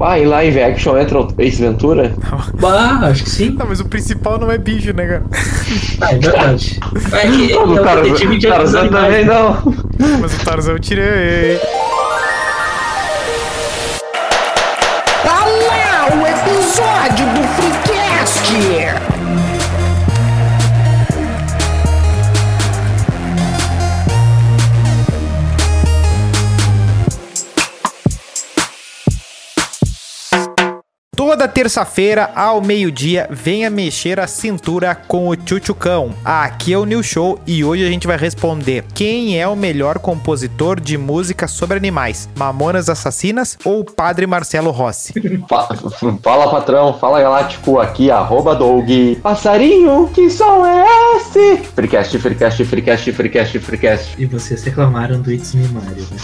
Ah, e lá em live action entra o Ace Ventura? Ah, acho que sim. Não, mas o principal não é bicho, né, cara? Ah, é verdade. É que é Não, um do Tarzan- detetive de outros Tarzan animais, também né? não. Mas o Tarzan eu tirei. Ah lá, o episódio do Freecast! Toda terça-feira, ao meio-dia, venha mexer a cintura com o Tchutchucão. Aqui é o New Show e hoje a gente vai responder quem é o melhor compositor de música sobre animais, Mamonas Assassinas ou Padre Marcelo Rossi? Fa- Fala patrão, fala galáctico, aqui arroba Doug. Passarinho, que som é esse? Freecast, freecast, freecast, freecast, freecast. E vocês reclamaram do It's Me Mario, né?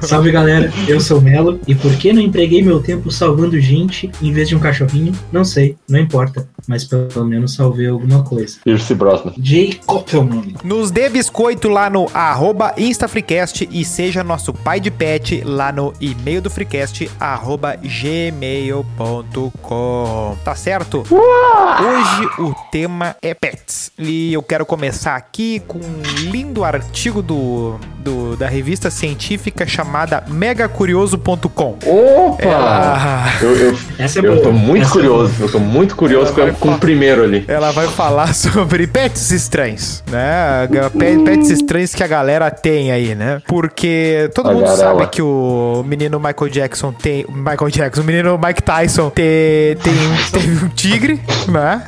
Salve galera, eu sou o Melo e por que não empreguei meu tempo salvando gente em vez de um cachorrinho? Não sei, não importa, mas pelo menos salvei alguma coisa. é Pierce Brosnan. Jay Coppelman. Nos dê biscoito lá no arroba InstaFreecast e seja nosso pai de pet lá no e-mail do Freecast, arroba gmail.com. Tá certo? Hoje o tema é pets. E eu quero começar aqui com um lindo artigo do, do- da revista científica chamada megacurioso.com. Opa! Ela, Eu, eu, Essa é boa. eu tô muito essa é curioso, eu tô muito curioso com, com o primeiro ali. ela vai falar sobre pets estranhos, né? Pe- Pets estranhos que a galera tem aí, né? Porque todo A mundo garela. sabe que o menino Michael Jackson tem. Michael Jackson, o menino Mike Tyson te- tem um- teve um tigre, né?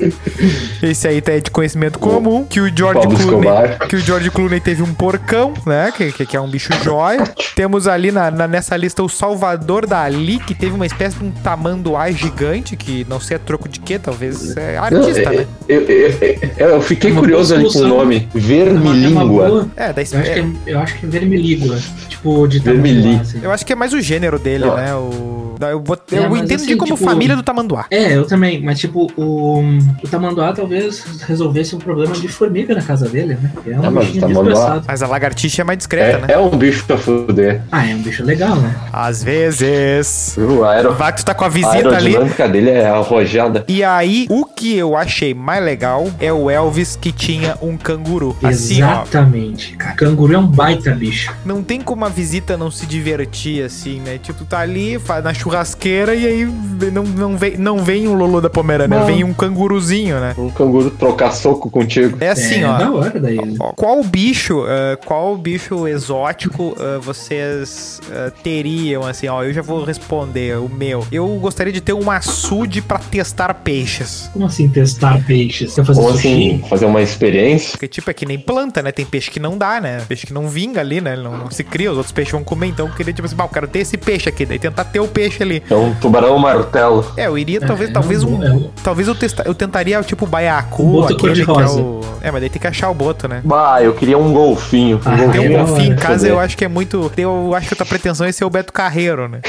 Esse aí tá de conhecimento comum. Que o George Pablo Clooney. Escobar. Que o George Clooney teve um porcão, né? Que, que- que é um bicho jóia. Temos ali na, na- nessa lista o Salvador Dali, que teve uma espécie de um tamanduá gigante, que não sei a troco de quê, talvez é artista, né? eu, eu, eu, eu fiquei Uma curioso ali com o solução. nome. uma- é uma Vermilíngua. boa. É, da Eu acho, que espécie. é, eu acho que é vermelígua. Tipo, de tamanho Vermili. lá, assim. Eu acho que é mais o gênero dele, Não. né? O... Não, Eu, vou- É, eu mas entendo de assim, como tipo- família do tamanduá. É, eu também, mas tipo, o, o Tamanduá talvez resolvesse um problema de formiga na casa dele, né? Que É um Ah, mas o bichinho tamanduá- desgraçado. Mas a lagartixa é mais discreta, né? É, é um bicho pra fuder. Ah, é um bicho legal, né? Às vezes. O aero, Vai que tu tá com a a visita ali. aerodinâmica dele é arrojada. E aí, o que eu achei mais legal é o Elvis que tinha um canguru. Assim, ó. Exatamente. Cara, canguru é um baita bicho. Não tem como a visita não se divertir, assim, né? Tipo, tu tá ali fa- na churrasqueira e aí não, não, vem, não vem um Lolo da Pomerânia, Não. vem um canguruzinho, né? Um canguru trocar soco contigo. É assim, é ó. da hora daí. né? Ó, Qual bicho, eh, qual bicho exótico eh, vocês eh, teriam, assim, ó, eu já vou responder o meu. Eu gostaria de ter um açude pra testar peixes. Como assim testar peixes? Quer fazer Ou sushi? assim, fazer uma experiência. Porque, tipo, é que nem planta, né? Tem peixe que não dá, né? Peixe que não vinga ali, né? Ele Não, não se cria, os outros peixes vão comer. Então, eu queria, tipo assim, bah, eu quero ter esse peixe aqui. Daí tentar ter o peixe ali. É um tubarão martelo. É, eu iria, É, talvez, é talvez um um... bom- é um- Talvez eu, testa, eu tentaria, tipo, o Um baiacu, boto aquele que é cor-de-rosa. o... É, mas daí tem que achar o boto, né? Bah, eu queria um golfinho. Ah, Ter Aí um é golfinho hora em de casa, eu acho que é muito. Eu acho que a tua pretensão é ser o Beto Carreiro, né?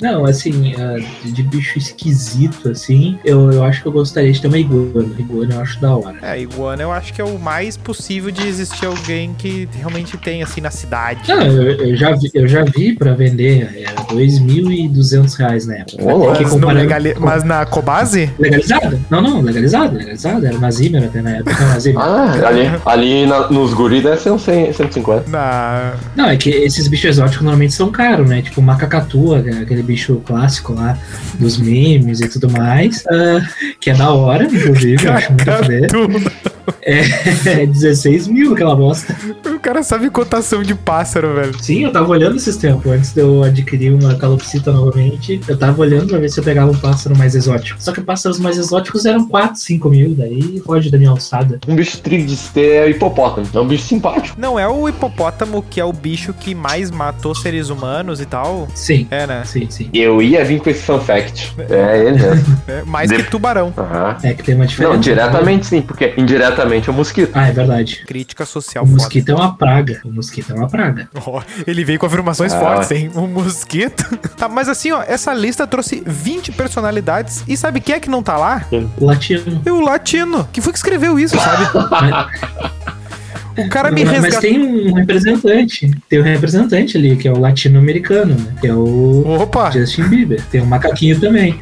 Não, assim, ah, de- de bicho esquisito, assim, eu, eu acho que eu gostaria de ter uma iguana. Iguana eu acho da hora. É, iguana eu acho que é o mais possível de existir alguém que realmente tem, assim, na cidade. Não, eu, eu já vi, eu já vi pra vender, é, era R$ 2.200 reais na época. Ô, louco. Tem que Mas, é no comparar- legali- mas na Cobase? Legalizada? Não, não, legalizada, legalizada. Era uma Zimmer até na época, uma Zimmer. Ah, ali, ali na- nos guris deve ser uns 100, 150. Na. Não, é que esses bichos exóticos normalmente são caros, né? Tipo macacatua, que é aquele bicho clássico lá dos memes e tudo mais. ah, que é da hora, inclusive, eu acho muito foda. Cacatu. É 16 mil aquela bosta. O cara sabe cotação de pássaro, velho. Sim, eu tava olhando esses tempos. Antes de eu adquirir uma calopsita novamente, eu tava olhando pra ver se eu pegava um pássaro mais exótico. Só que pássaros mais exóticos eram 4, 5 mil, daí rode da minha alçada. Um bicho triste é hipopótamo. É um bicho simpático. Não é o hipopótamo que é o bicho que mais matou seres humanos e tal? Sim, É, né? sim, sim. Eu ia vir com esse fun fact. É ele mesmo. É, mais Dep- que tubarão. Aham. É que tem uma diferença. Não, né? diretamente sim, porque indiretamente é um mosquito. Ah, é verdade. Crítica social O mosquito é uma praga. O mosquito é uma praga. Ó, ele veio com afirmações Ah. fortes, hein? Um mosquito. tá, mas assim, ó, essa lista trouxe 20 personalidades. E sabe quem é que não tá lá? O latino. É o latino. Que foi que escreveu isso, sabe? O cara me mas resgatou. tem um representante. Tem um representante ali, que é o latino-americano, né? Que é o Opa! Justin Bieber. Tem um macaquinho também.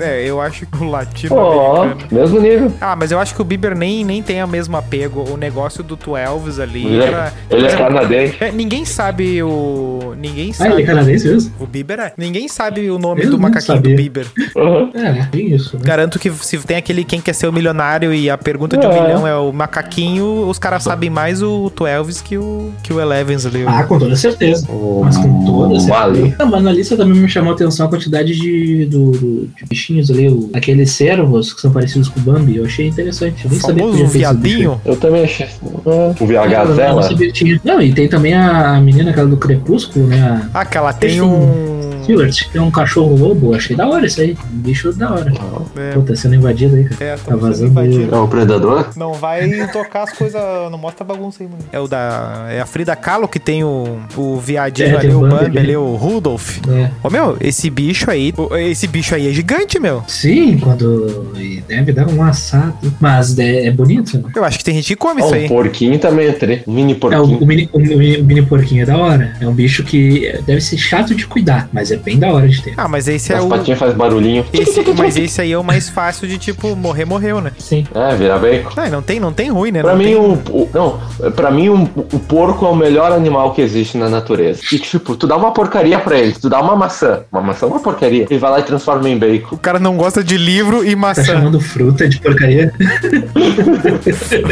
É, eu acho que o latino. é Ó, mesmo nível. Ah, mas eu acho que o Bieber nem, nem tem o mesmo apego. O negócio do 12 ali Ele era. é, ele é canadense. É, ninguém sabe o. Ninguém Ah, ele é sabe. canadense mesmo? o Bieber é. Ninguém sabe o nome Eu do não macaquinho do sabia. Bieber. Uhum. É, tem isso, né? Garanto que se tem aquele quem quer ser o milionário e a pergunta de um É. milhão é o macaquinho, os caras sabem mais o 12 que o, que o Elevens ali. Ah, com toda certeza. Mas com toda Valeu. certeza. Ah, mas na lista também me chamou a atenção a quantidade de, do, do- de bichinhos ali, o- aqueles cervos que são parecidos com o Bambi. Eu achei interessante. Eu o nem sabia que famoso podia ter esse bicho. viadinho. Eu também achei. É. O Ah, eu Não, Gazela? sabia que tinha. não, e tem também a menina, aquela do Crepúsculo, né? A Ah, que ela tem Esse- um. Stewart, que é um cachorro lobo. Achei da hora isso aí. Um bicho da hora. É, Pô, tá sendo invadido aí, cara. é, Tá tamo sendo vazando. invadido. É o Predador? Não vai tocar as coisas. Não mostra a bagunça aí, mano. É o da. É a Frida Kahlo que tem o, o viadinho É, ali, tem o o Bambi Bambi né? ali, o Rudolph. É. Ô meu, esse bicho aí. o- Esse bicho aí é gigante, meu. Sim, quando. e Deve dar um assado. Mas é, é bonito, né? Eu acho que tem gente que come Ó, isso um aí. porquinho também entrei. Um mini É, o, porquinho. o mini, o mini- o mini porquinho é da hora. É um bicho que é, deve ser chato de cuidar, mas é bem da hora de ter. Ah, mas esse é As o. patinhas fazem barulhinho. Esse, mas esse aí é o mais fácil de, tipo, morrer, morreu, né? Sim. É, vira bacon. Ah, não tem, não tem ruim, né? Pra não mim, tem... o, o- não, pra mim um- o porco é o melhor animal que existe na natureza. E tipo, tu dá uma porcaria pra ele, tu dá uma maçã. Uma maçã é uma porcaria. Ele vai lá e transforma em bacon. O cara não gosta de livro e Tá maçã. chamando fruta de porcaria.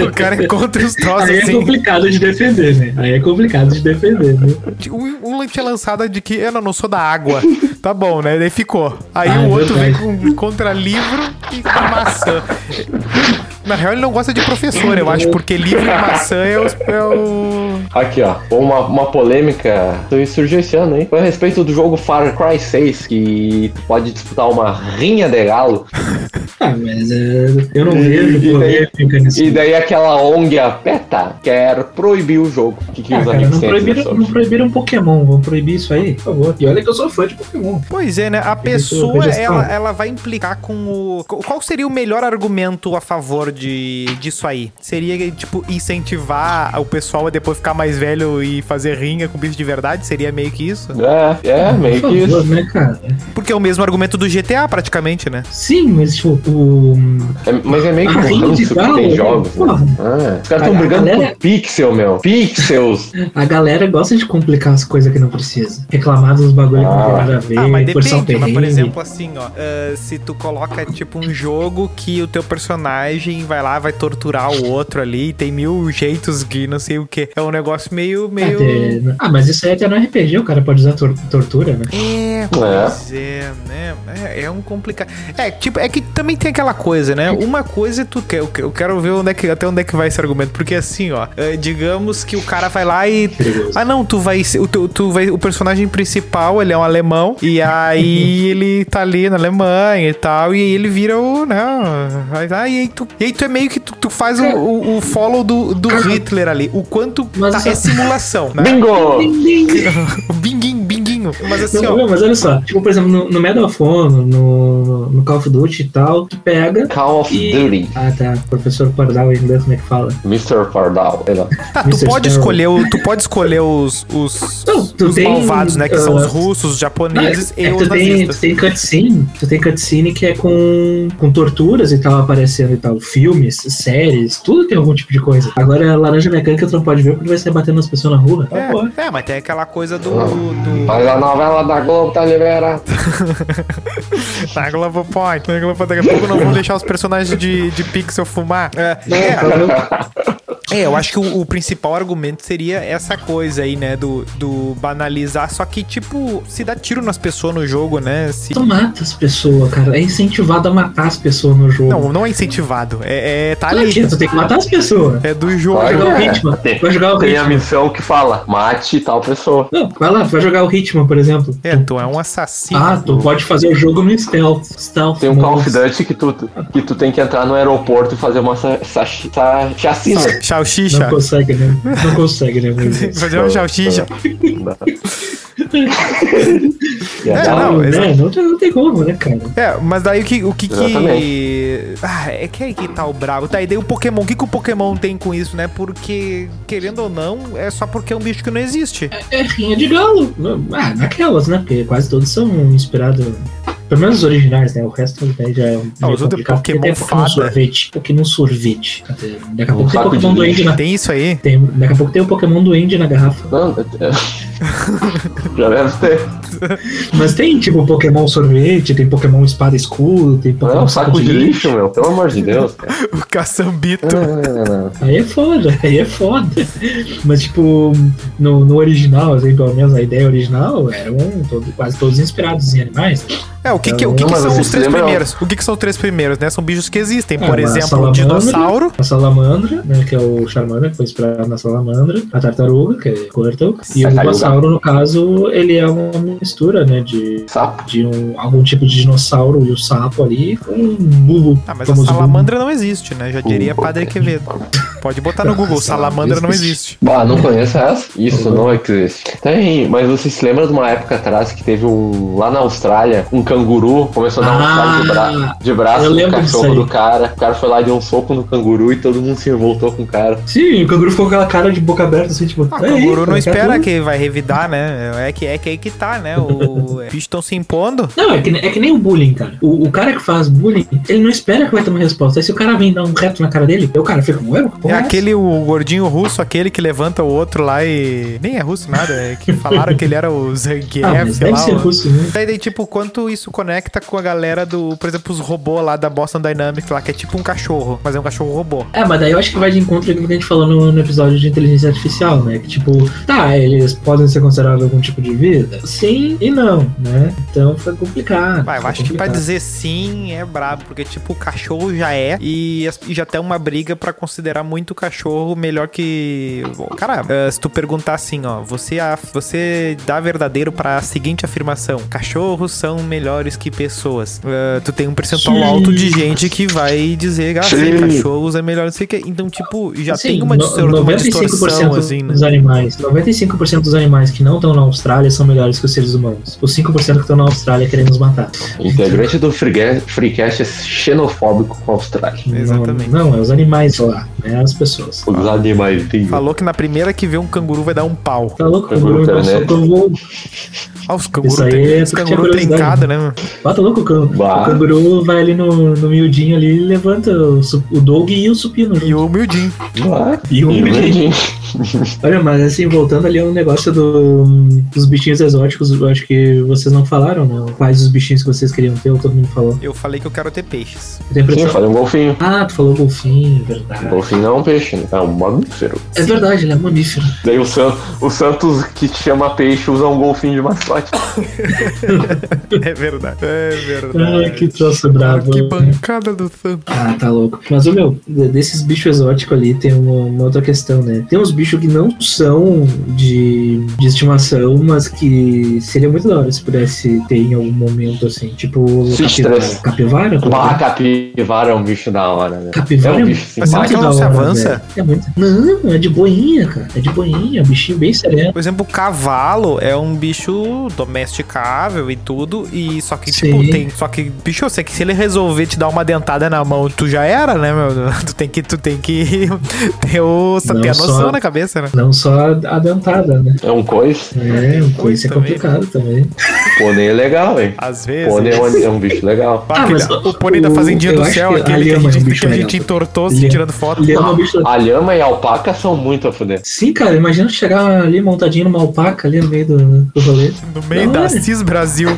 O cara encontra os troços Aí é assim. complicado de defender, né? Aí é complicado de defender, né? Um, um tinha lançado de que eu não, não sou da água. Tá bom, né? Daí ficou. Aí Ah, o é outro vem verdade. com contra livro e com maçã. Na real, ele não gosta de professor, eu acho, porque livro e maçã é, os, é o. Aqui, ó. Uma, uma polêmica que surgiu esse ano, hein? Foi a respeito do jogo Far Cry 6, que tu pode disputar uma rinha de galo. Ah, mas é, eu não E- e vejo polêmica nisso. E daí aquela ONG, a PETA, quer proibir o jogo. O que, que Ah, os né, cara, amigos não têm a dizer proibiram, sobre? não proibiram um Pokémon, vão proibir isso aí, por favor. E olha que eu sou fã de Pokémon. Pois é, né? A Pessoa, pessoa, gestão. ela, ela vai implicar com o. Qual seria o melhor argumento a favor de, disso aí? Seria, tipo, incentivar o pessoal a depois ficar mais velho e fazer rinha com bicho de verdade? Seria meio que isso? É, é, meio Por que isso. favor, né, cara? Porque é o mesmo argumento do GTA, praticamente, né? Sim, mas tipo, o. É, mas é meio que Ah, rinha um de ranço que galo, tem né? jogos. Né? Porra. Ah, os caras estão A- a brigando galera- por pixel, meu. Pixels. A galera gosta de complicar as coisas que não precisa. Reclamar dos bagulho que não tem Ah. nada a ver, um Ah, mas porção depende, mas por perrengue. exemplo, assim, ó, ah, se tu coloca, tipo, um jogo que o teu personagem vai lá, vai torturar o outro ali, e tem mil jeitos que não sei o que. É um negócio meio, Ah, meio... até- Ah, mas isso aí até no RPG o cara pode usar tor- tortura, né? É, pois é, né? É, é um complicado. É, tipo, é que também tem aquela coisa, né? Uma coisa tu quer. Eu eu quero ver onde é que, até onde é que vai esse argumento. Porque assim, ó, eh, digamos que o cara vai lá e. Perigoso. Ah não, tu vai ser- o teu- tu, vai o personagem principal, ele é um alemão e aí ele tá ali na Alemanha e tal e aí ele vira o, né, aí, ah, e aí tu, e aí tu é meio que tu, tu faz o, o- o follow do, do Hitler ali, o quanto Mas tá, isso- é simulação, né? Bingo! O binguinho, binguinho. Mas assim, Não, ó, não, mas olha só, tipo, por exemplo, no, no Medal of Honor, no, no Call of Duty e tal, tu pega. Call of E- Duty. Ah, tá. Professor Pardal em inglês, como é que fala? Mr. Pardal. sei lá. Tá, tu Mr. pode Sparrow. escolher, o- tu pode escolher os, os, Não, tu os tem, malvados, né? Que são os ah, russos, os Não, é- japoneses é, e tu, tem, os tu nazistas. tem cutscene, tu tem cutscene que é com, com torturas e tal aparecendo e tal, filmes, séries, tudo tem algum tipo de coisa. Agora a laranja mecânica tu não pode ver porque vai sair batendo nas pessoas na rua. Tá bom. É, é, mas tem aquela coisa do. do, do Mas a novela da Globo tá liberada. na Globopoint. na Globopoint. Daqui a pouco não vão deixar os personagens de, de Pixel fumar. É, é, é, eu acho que o, o principal argumento seria essa coisa aí, né? Do, do banalizar. Só que, tipo, se dá tiro nas pessoas no jogo, né? Se, Tu mata as pessoas, cara. É incentivado a matar as pessoas no jogo. não, não é incentivado. É, é- tá Claro que ali. tu tem que matar as pessoas. É do jogo. Vai jogar o ritmo. Tem- Vai jogar o Tem a ritmo. missão que fala, mate tal pessoa. Não, vai lá, vai jogar o ritmo, por exemplo. É, tu é um assassino. Ah, tu pode fazer o jogo no stealth. stealth Tem um Call of mode. Duty que tu, que tu tem que entrar no aeroporto e fazer uma sa- sa- sa- chacina. Chacina. Salsicha. Não consegue, né? Não consegue, né? Moisés? Fazer um uma salsicha. Não dá. Ia É, dar não, um- né? não, tem- não tem como, né, cara? É, mas daí o que o que. que... Exatamente. Ah, é que aí que tá o brabo. Tá, e daí o Pokémon. O que, que o Pokémon tem com isso, né? Porque, querendo ou não, é só porque é um bicho que não existe. É rinha de galo. Ah, naquelas, né? Porque quase todos são inspirados. Pelo menos os originais, né? O resto daí já é um. Ah, os outros complicado. Pokémon Tem até Pokémon fada. sorvete. Pokémon sorvete. Cadê? Daqui a Um pouco tem saco Pokémon de doente na. Tem isso aí? Tem, daqui a pouco tem o Pokémon doente na garrafa. Não, é- Já deve ter. Mas tem, tipo, Pokémon sorvete, tem Pokémon espada e escudo, tem Não Pokémon é um saco de lixo, meu. Pelo amor de Deus, cara. O caçambito. Não, não, não, não, não. Aí é foda, aí é foda. Mas, tipo, no, no original, assim, pelo menos a ideia original, eram todo- quase todos inspirados em animais. É, o que, que- o que, Não, que mas são vocês os três lembram? primeiros? O que, que são os três primeiros, né? São bichos que existem. Por Ah, mas exemplo, o salamandra. dinossauro. A salamandra, né, que é o Charmander, que foi inspirado na salamandra. A tartaruga, que é Quirtle. E o Tartaruga. dinossauro, no caso, ele é uma mistura, né, de... Sapo. De um- algum tipo de dinossauro e o sapo ali com um burro. Ah, mas a famoso burro. salamandra não existe, né? Já diria Google, Padre cara. Quevedo. Pode botar no Google, Ah, salamandra não existe. Ah, não conheço essa? Isso não existe. Tem, mas você se lembra de uma época atrás que teve um. Lá na Austrália, um canguru começou a dar um Ah, soco de, bra de eu braço no lembro disso cachorro aí. do cara. O cara foi lá e deu um soco no canguru e todo mundo se revoltou com o cara. Sim, o canguru ficou com aquela cara de boca aberta, assim, tipo... Ah, o "Ei, canguru não cara, espera tu- que vai revidar, né? É que, é que aí que tá, né? O os bichos estão se impondo. Não, é que, é que nem o bullying, cara. O, o cara que faz bullying, ele não espera que vai ter uma resposta. Aí se o cara vem dar um reto na cara dele, aí o cara fica, ué, É como aquele o gordinho russo, aquele que levanta o outro lá e. Nem é russo nada, é que falaram que ele era o Zangief, Ah, mas sei deve lá. ser o- russo, né? Daí, daí, tipo, quanto isso conecta com a galera do, por exemplo, os robôs lá da Boston Dynamics lá, que é tipo um cachorro, mas é um cachorro robô. É, mas daí eu acho que vai de encontro com o que a gente falou no, no episódio de inteligência artificial, né? Que tipo, tá, eles podem ser considerados algum tipo de vida? Sim e não, né? Então foi complicado. Vai, eu foi acho que pra complicado. dizer sim é brabo, porque tipo, o cachorro já é e, as- e já tem uma briga pra considerar muito o cachorro melhor que. Bom, Cara, eh, se tu perguntar assim, ó, você, a- você dá verdadeiro pra seguinte afirmação: cachorros são melhores que pessoas. Eh, tu tem um percentual Sim. alto de gente que vai dizer, ah, sim, Sim. cachorros é melhor, não sei o que. Então, tipo, já Sim, tem uma, no- distor- uma distorção, assim, né? dos animais, 95% dos animais que não estão na Austrália são melhores que os seres humanos. Os 5% que estão na Austrália querem nos matar. Integrante do Freega- Freecast é xenofóbico com a Austrália. Não- Exatamente. Não, é os animais lá, né? As pessoas. Os animais. Falou que na primeira que vê um canguru vai dar um pau. Tá louco? O Canguru Bruno tá, passou né? com o- Ah, os canguru, Isso aí tem, é os porque tinha canguru curiosidade. trincado, né? meu? Ah, tá louco? O, can- Bah. o canguru vai ali no, no miudinho ali e levanta o, su- o dog e o supino. E o humildinho. Ah, E o miudinho. imagina. Olha, mas assim, voltando ali ao negócio do- dos bichinhos exóticos, eu acho que vocês não falaram, né? Quais os bichinhos que vocês queriam ter, ou todo mundo falou. Eu falei que eu quero ter peixes. Eu tenho a Sim, eu impressão. falei um golfinho. Ah, tu falou golfinho, verdade. Golfinho não é um peixe, né? é um mamífero. É verdade, ele é mamífero. Daí o, San- o Santos que chama peixe usa um golfinho de mascote. É verdade. É verdade. Ah, que né? troço brabo. Que bancada do Santos. Ah, tá louco. Mas, ô, meu, de- desses bichos exóticos ali tem uma, uma outra questão, né? Tem uns bichos que não são de, de estimação, mas que seria muito da hora se pudesse ter em algum momento, assim. Tipo, Sim, capivara. estresse. Capivara? por Bah, exemplo. capivara é um bicho da hora, né? É Capivara um bicho muito será que ela da não se hora, avança? velho. É muito... Não, é de boinha, cara. É de boinha, é um bichinho bem sereno. Por exemplo, o cavalo é um bicho domesticável e tudo. E só que, tipo, Sim. tem. Só que, bicho, eu sei que se ele resolver te dar uma dentada na mão, tu já era, né, meu? Tu tem que. Tu tem que ter, o, Não ter a noção só- na cabeça, né? Não só a a dentada, né? É um coice. É, um coisa é também, né? complicado também. Pônei é legal, hein? Às vezes. Pônei é um, é um bicho legal. Ah, Ah, mas aquele- o pônei da o- Fazendinha do eu acho Céu, que a aquele que a lhama é um gente, bicho que a legal. gente entortou se Lhama. tirando foto. Ele é um bicho A lhama e a alpaca são muito a fuder. Sim, cara, imagina chegar ali montadinho numa alpaca ali no meio do, do rolê. No meio Não, da é. Assis Brasil.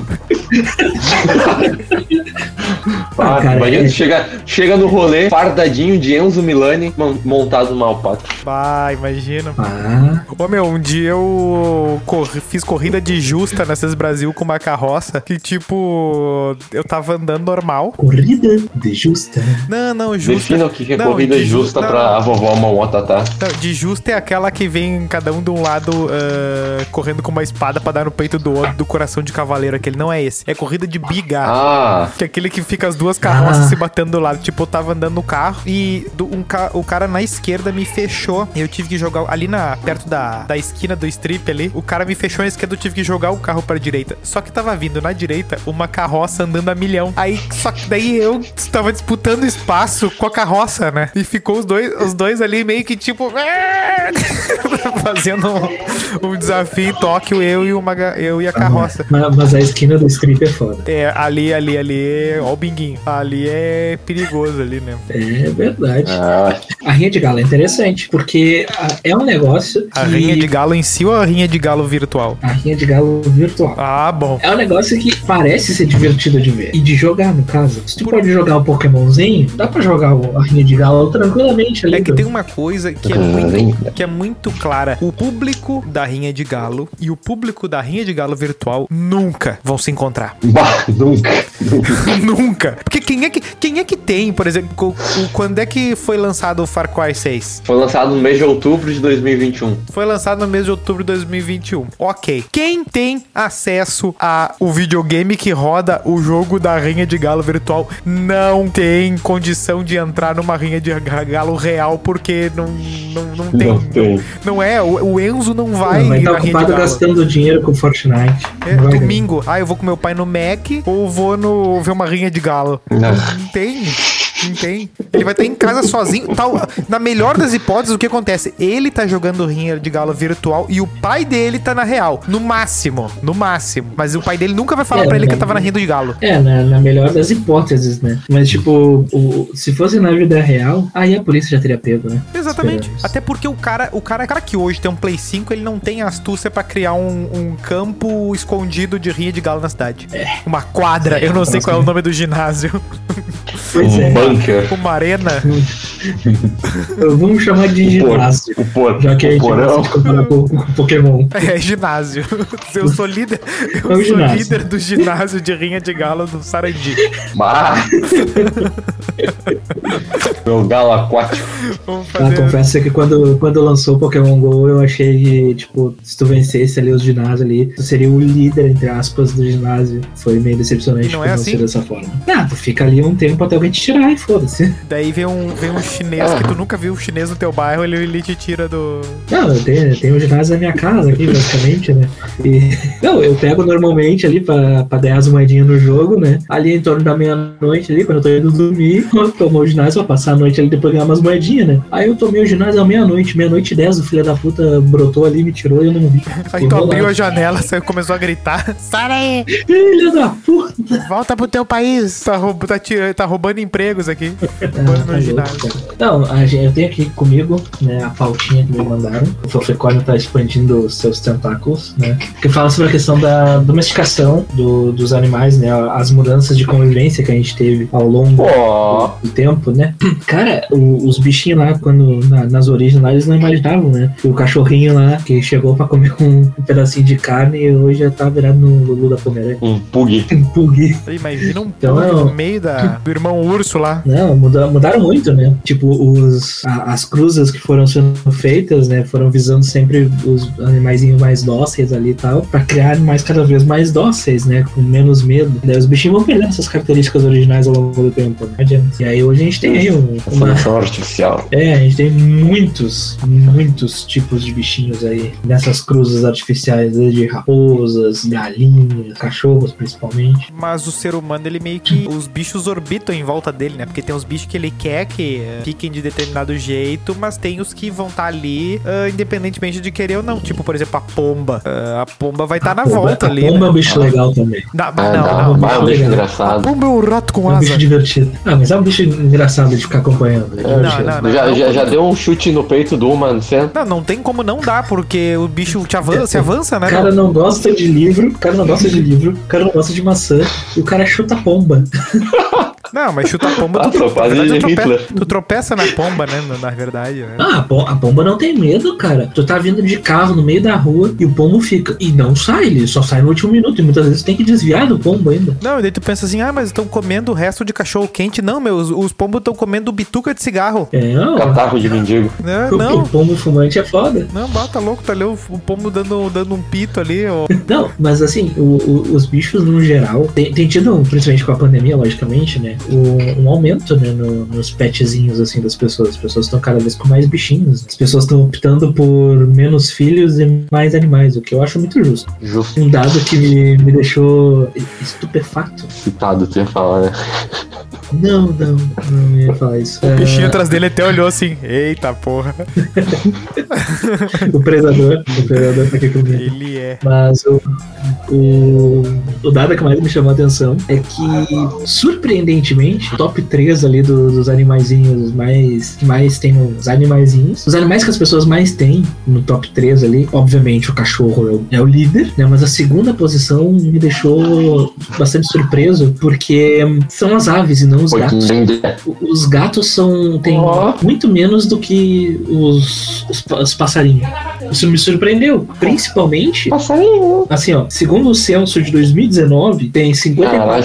Ah, Ah, cara, imagina, é. chega, chega no rolê, fardadinho de Enzo Milani mon- montado numa alpaca. Bah, imagina. Ah, Ô meu, um dia eu corri- fiz corrida de justa nessas Brasil com uma uma carroça que, tipo, eu tava andando normal. Corrida de justa. Não, não, justa. Defina o que que é Não, corrida de ju- justa não. pra a vovó Momota, tá? Não, de justa é aquela que vem cada um de um lado ah, correndo com uma espada pra dar no peito do outro do coração de cavaleiro. Aquele não é esse. É corrida de biga. Ah, Que é aquele que fica as duas carroças Ah. se batendo do lado. Tipo, eu tava andando no carro e do- um ca- o cara na esquerda me fechou. Eu tive que jogar ali na perto da, da esquina do strip ali. O cara me fechou na esquerda, eu tive que jogar o carro pra direita. Só que tava vindo na direita uma carroça andando a milhão. Aí, só que daí eu tava disputando espaço com a carroça, né? E ficou os dois, os dois ali meio que tipo. "Ah!" fazendo um, um desafio em Tóquio, eu e, uma, ga- eu e a carroça. Mas, mas a esquina do strip é foda. É, ali, ali, ali, ó o binguinho. Ali é perigoso ali, né? É verdade. ah, A rinha de galo é interessante, porque a- é um negócio A que- rinha de galo em si ou a rinha de galo virtual? a rinha de galo virtual. Ah, bom. É um negócio que parece ser divertido de ver. E de jogar, no caso. Se tu pode jogar o Pokémonzinho, dá pra jogar o- a rinha de galo tranquilamente ali. É que do- tem uma coisa que é muito, que é muito clara. O público da rinha de galo e o público da rinha de galo virtual nunca vão se encontrar. bah, nunca. nunca. Porque quem é que, quem é que tem, por exemplo, co- o- quando é que foi lançado o Far Cry 6? Foi lançado no mês de outubro de 2021. Foi lançado no mês de outubro de 2021. Ok. Quem tem acesso a o videogame que roda o jogo da Rinha de Galo virtual não tem condição de entrar numa Rinha de ga- Galo real porque não, não, não tem. Não tem. Não é, o, o Enzo não vai, Não, vai estar na Rinha de ocupado Galo. gastando dinheiro com Fortnite. É, Não vai- domingo, ah, eu vou com meu pai no Mac ou vou no ver uma rinha de galo. Ah. Não tem. Não tem. Ele vai estar em casa sozinho. Tal, na melhor das hipóteses, o que acontece? Ele tá jogando rinha de galo virtual e o pai dele tá na real. No máximo. No máximo. Mas o pai dele nunca vai falar É, pra ele que né? tava na rinha de galo. É, na, na melhor das hipóteses, né? Mas, tipo, o- se fosse na vida real, aí a polícia já teria pego, né? Exatamente. Esperamos. Até porque o cara, o cara, o cara que hoje tem um Play 5, ele não tem astúcia pra criar um, um campo escondido de rinha de galo na cidade. É. Uma quadra, eu não sei qual é o nome do ginásio. Pois é. Um bunker. Uma arena. Vamos chamar de O Um por- ginásio. o por- Já que a o gente porão. gosta de comparar com, com Pokémon. É ginásio. Eu sou líder. Eu É o sou ginásio. líder do ginásio de rinha de galo do Sarandi. Bah. Meu galo aquático. Vamos Ah, fazer. confesso que quando, quando lançou o Pokémon GO, eu achei que, tipo, se tu vencesse ali os ginásios ali, tu seria o líder, entre aspas, do ginásio. Foi meio decepcionante E não por é não assim? ser dessa forma. Ah, tu fica ali um tempo até alguém te tirar e foda-se. Daí vem um, vem um chinês que tu nunca viu um chinês no teu bairro, ele, ele te tira do. Não, eu tenho, eu tenho um ginásio na minha casa aqui, basicamente, né? E, não, eu pego normalmente ali pra, pra ganhar as moedinhas no jogo, né? Ali em torno da meia-noite ali, quando eu tô indo dormir, eu tomo o ginásio pra passar a noite ali depois ganhar umas moedinhas, né? Aí eu tomei o ginásio à meia-noite, meia-noite e dez, o filho da puta brotou ali, me tirou e eu não vi. Aí tu abriu a janela, saiu, começou a gritar. Sai daí! Filha da puta! Volta pro teu país! Tá, roub- tá, tira- tá roubando empregos aqui. Roubando no tá ginásio. louco, cara. Não, a gente- eu tenho aqui comigo né, a pautinha que me mandaram. O Fofrecórnio tá expandindo os seus tentáculos, né? Que fala sobre a questão da domesticação do- dos animais, né? As mudanças de convivência que a gente teve ao longo Ó. do tempo, né? Cara, o- os bichinhos lá, quando na- nas origens lá, eles não imaginavam, né? O cachorrinho lá, que chegou pra comer um, um pedacinho de carne e hoje já tá virado no Lulu da Pomerânia. Um pug. Um pug. Aí, Imagina um Então, pug eu- no meio da, do irmão urso lá. Não, muda- mudaram muito, né? Tipo, os, a- as cruzas que foram sendo feitas, né? Foram visando sempre os animaizinhos mais dóceis ali e tal, pra criar animais cada vez mais dóceis, né? Com menos medo. Daí os bichinhos vão perdendo essas características originais ao longo do tempo, né? não adianta. E aí hoje a gente tem aí um, uma, Seleção artificial. é, a gente tem muitos, muitos tipos de bichinhos aí nessas cruzas artificiais, desde raposas, galinhas, cachorros principalmente. Mas o ser humano, ele meio que. Os bichos orbitam em volta dele, né? Porque tem os bichos que ele quer que eh, fiquem de determinado jeito, mas tem os que vão estar ali, ah, independentemente de querer ou não. Tipo, por exemplo, a pomba. Ah, a pomba vai estar na Pomba- volta a ali. Pomba né? é um bicho legal também. Na- Ah, mas não, não, não. mas é um bicho Legal. A engraçado. pomba é um rato com É um bicho asa. divertido. Ah, mas é um bicho engraçado de ficar acompanhando. É divertido. não, não. Já, já, já deu um chute no peito do humano, certo? Não, não tem como não dar, porque o bicho te avança, se avança, O né? cara não gosta de livro, o cara não gosta de livro, o cara não gosta de maçã, e o cara chuta pomba. Não, mas chuta a pomba, tá Ah, tu, trope- na trocadilho verdade, tu de tropeça, Hitler. tu tropeça na pomba, né? na- Na verdade, né? Ah, a pom- a pomba não tem medo, cara. Tu tá vindo de carro no meio da rua e o pombo fica. E não sai, ele só sai no último minuto. E muitas vezes tu tem que desviar do pombo ainda. Não, e daí tu pensa assim, ah, mas estão comendo o resto de cachorro quente. Não, meu, os, os pombos estão comendo bituca de cigarro. É, ó. Catarro de mendigo. Não, O, Né? não. o pombo fumante é foda. Não, bata louco, tá ali o, o pombo dando, dando um pito ali, ó. Não, mas assim, o- o- os bichos no geral tem, tem tido, principalmente com a pandemia, logicamente, né? o- um aumento né, no- nos petzinhos assim das pessoas. As pessoas estão cada vez com mais bichinhos. As pessoas estão optando por menos filhos e mais animais, o que eu acho muito justo. Justo Um dado que me, me deixou estupefato. citado, tu ia falar, né? Não, não, não ia falar isso. O É, bichinho Um atrás dele até olhou assim, eita porra, o predador, o predador tá aqui comigo. ele é. Mas o, o, o dado que mais me chamou a atenção é que, surpreendentemente, o top 3 ali do- dos animaizinhos mais. que mais tem os animaizinhos. Os animais que as pessoas mais têm no top 3 ali, obviamente o cachorro é o, é o líder, né? Mas a segunda posição me deixou bastante surpreso, porque são as aves e não os Foi que gatos. entender. Os gatos são tem Ó. muito menos do que os, os, pa- os passarinhos. Isso me surpreendeu, principalmente Passarinho. Assim, ó, segundo o censo de 2019, tem Caralho,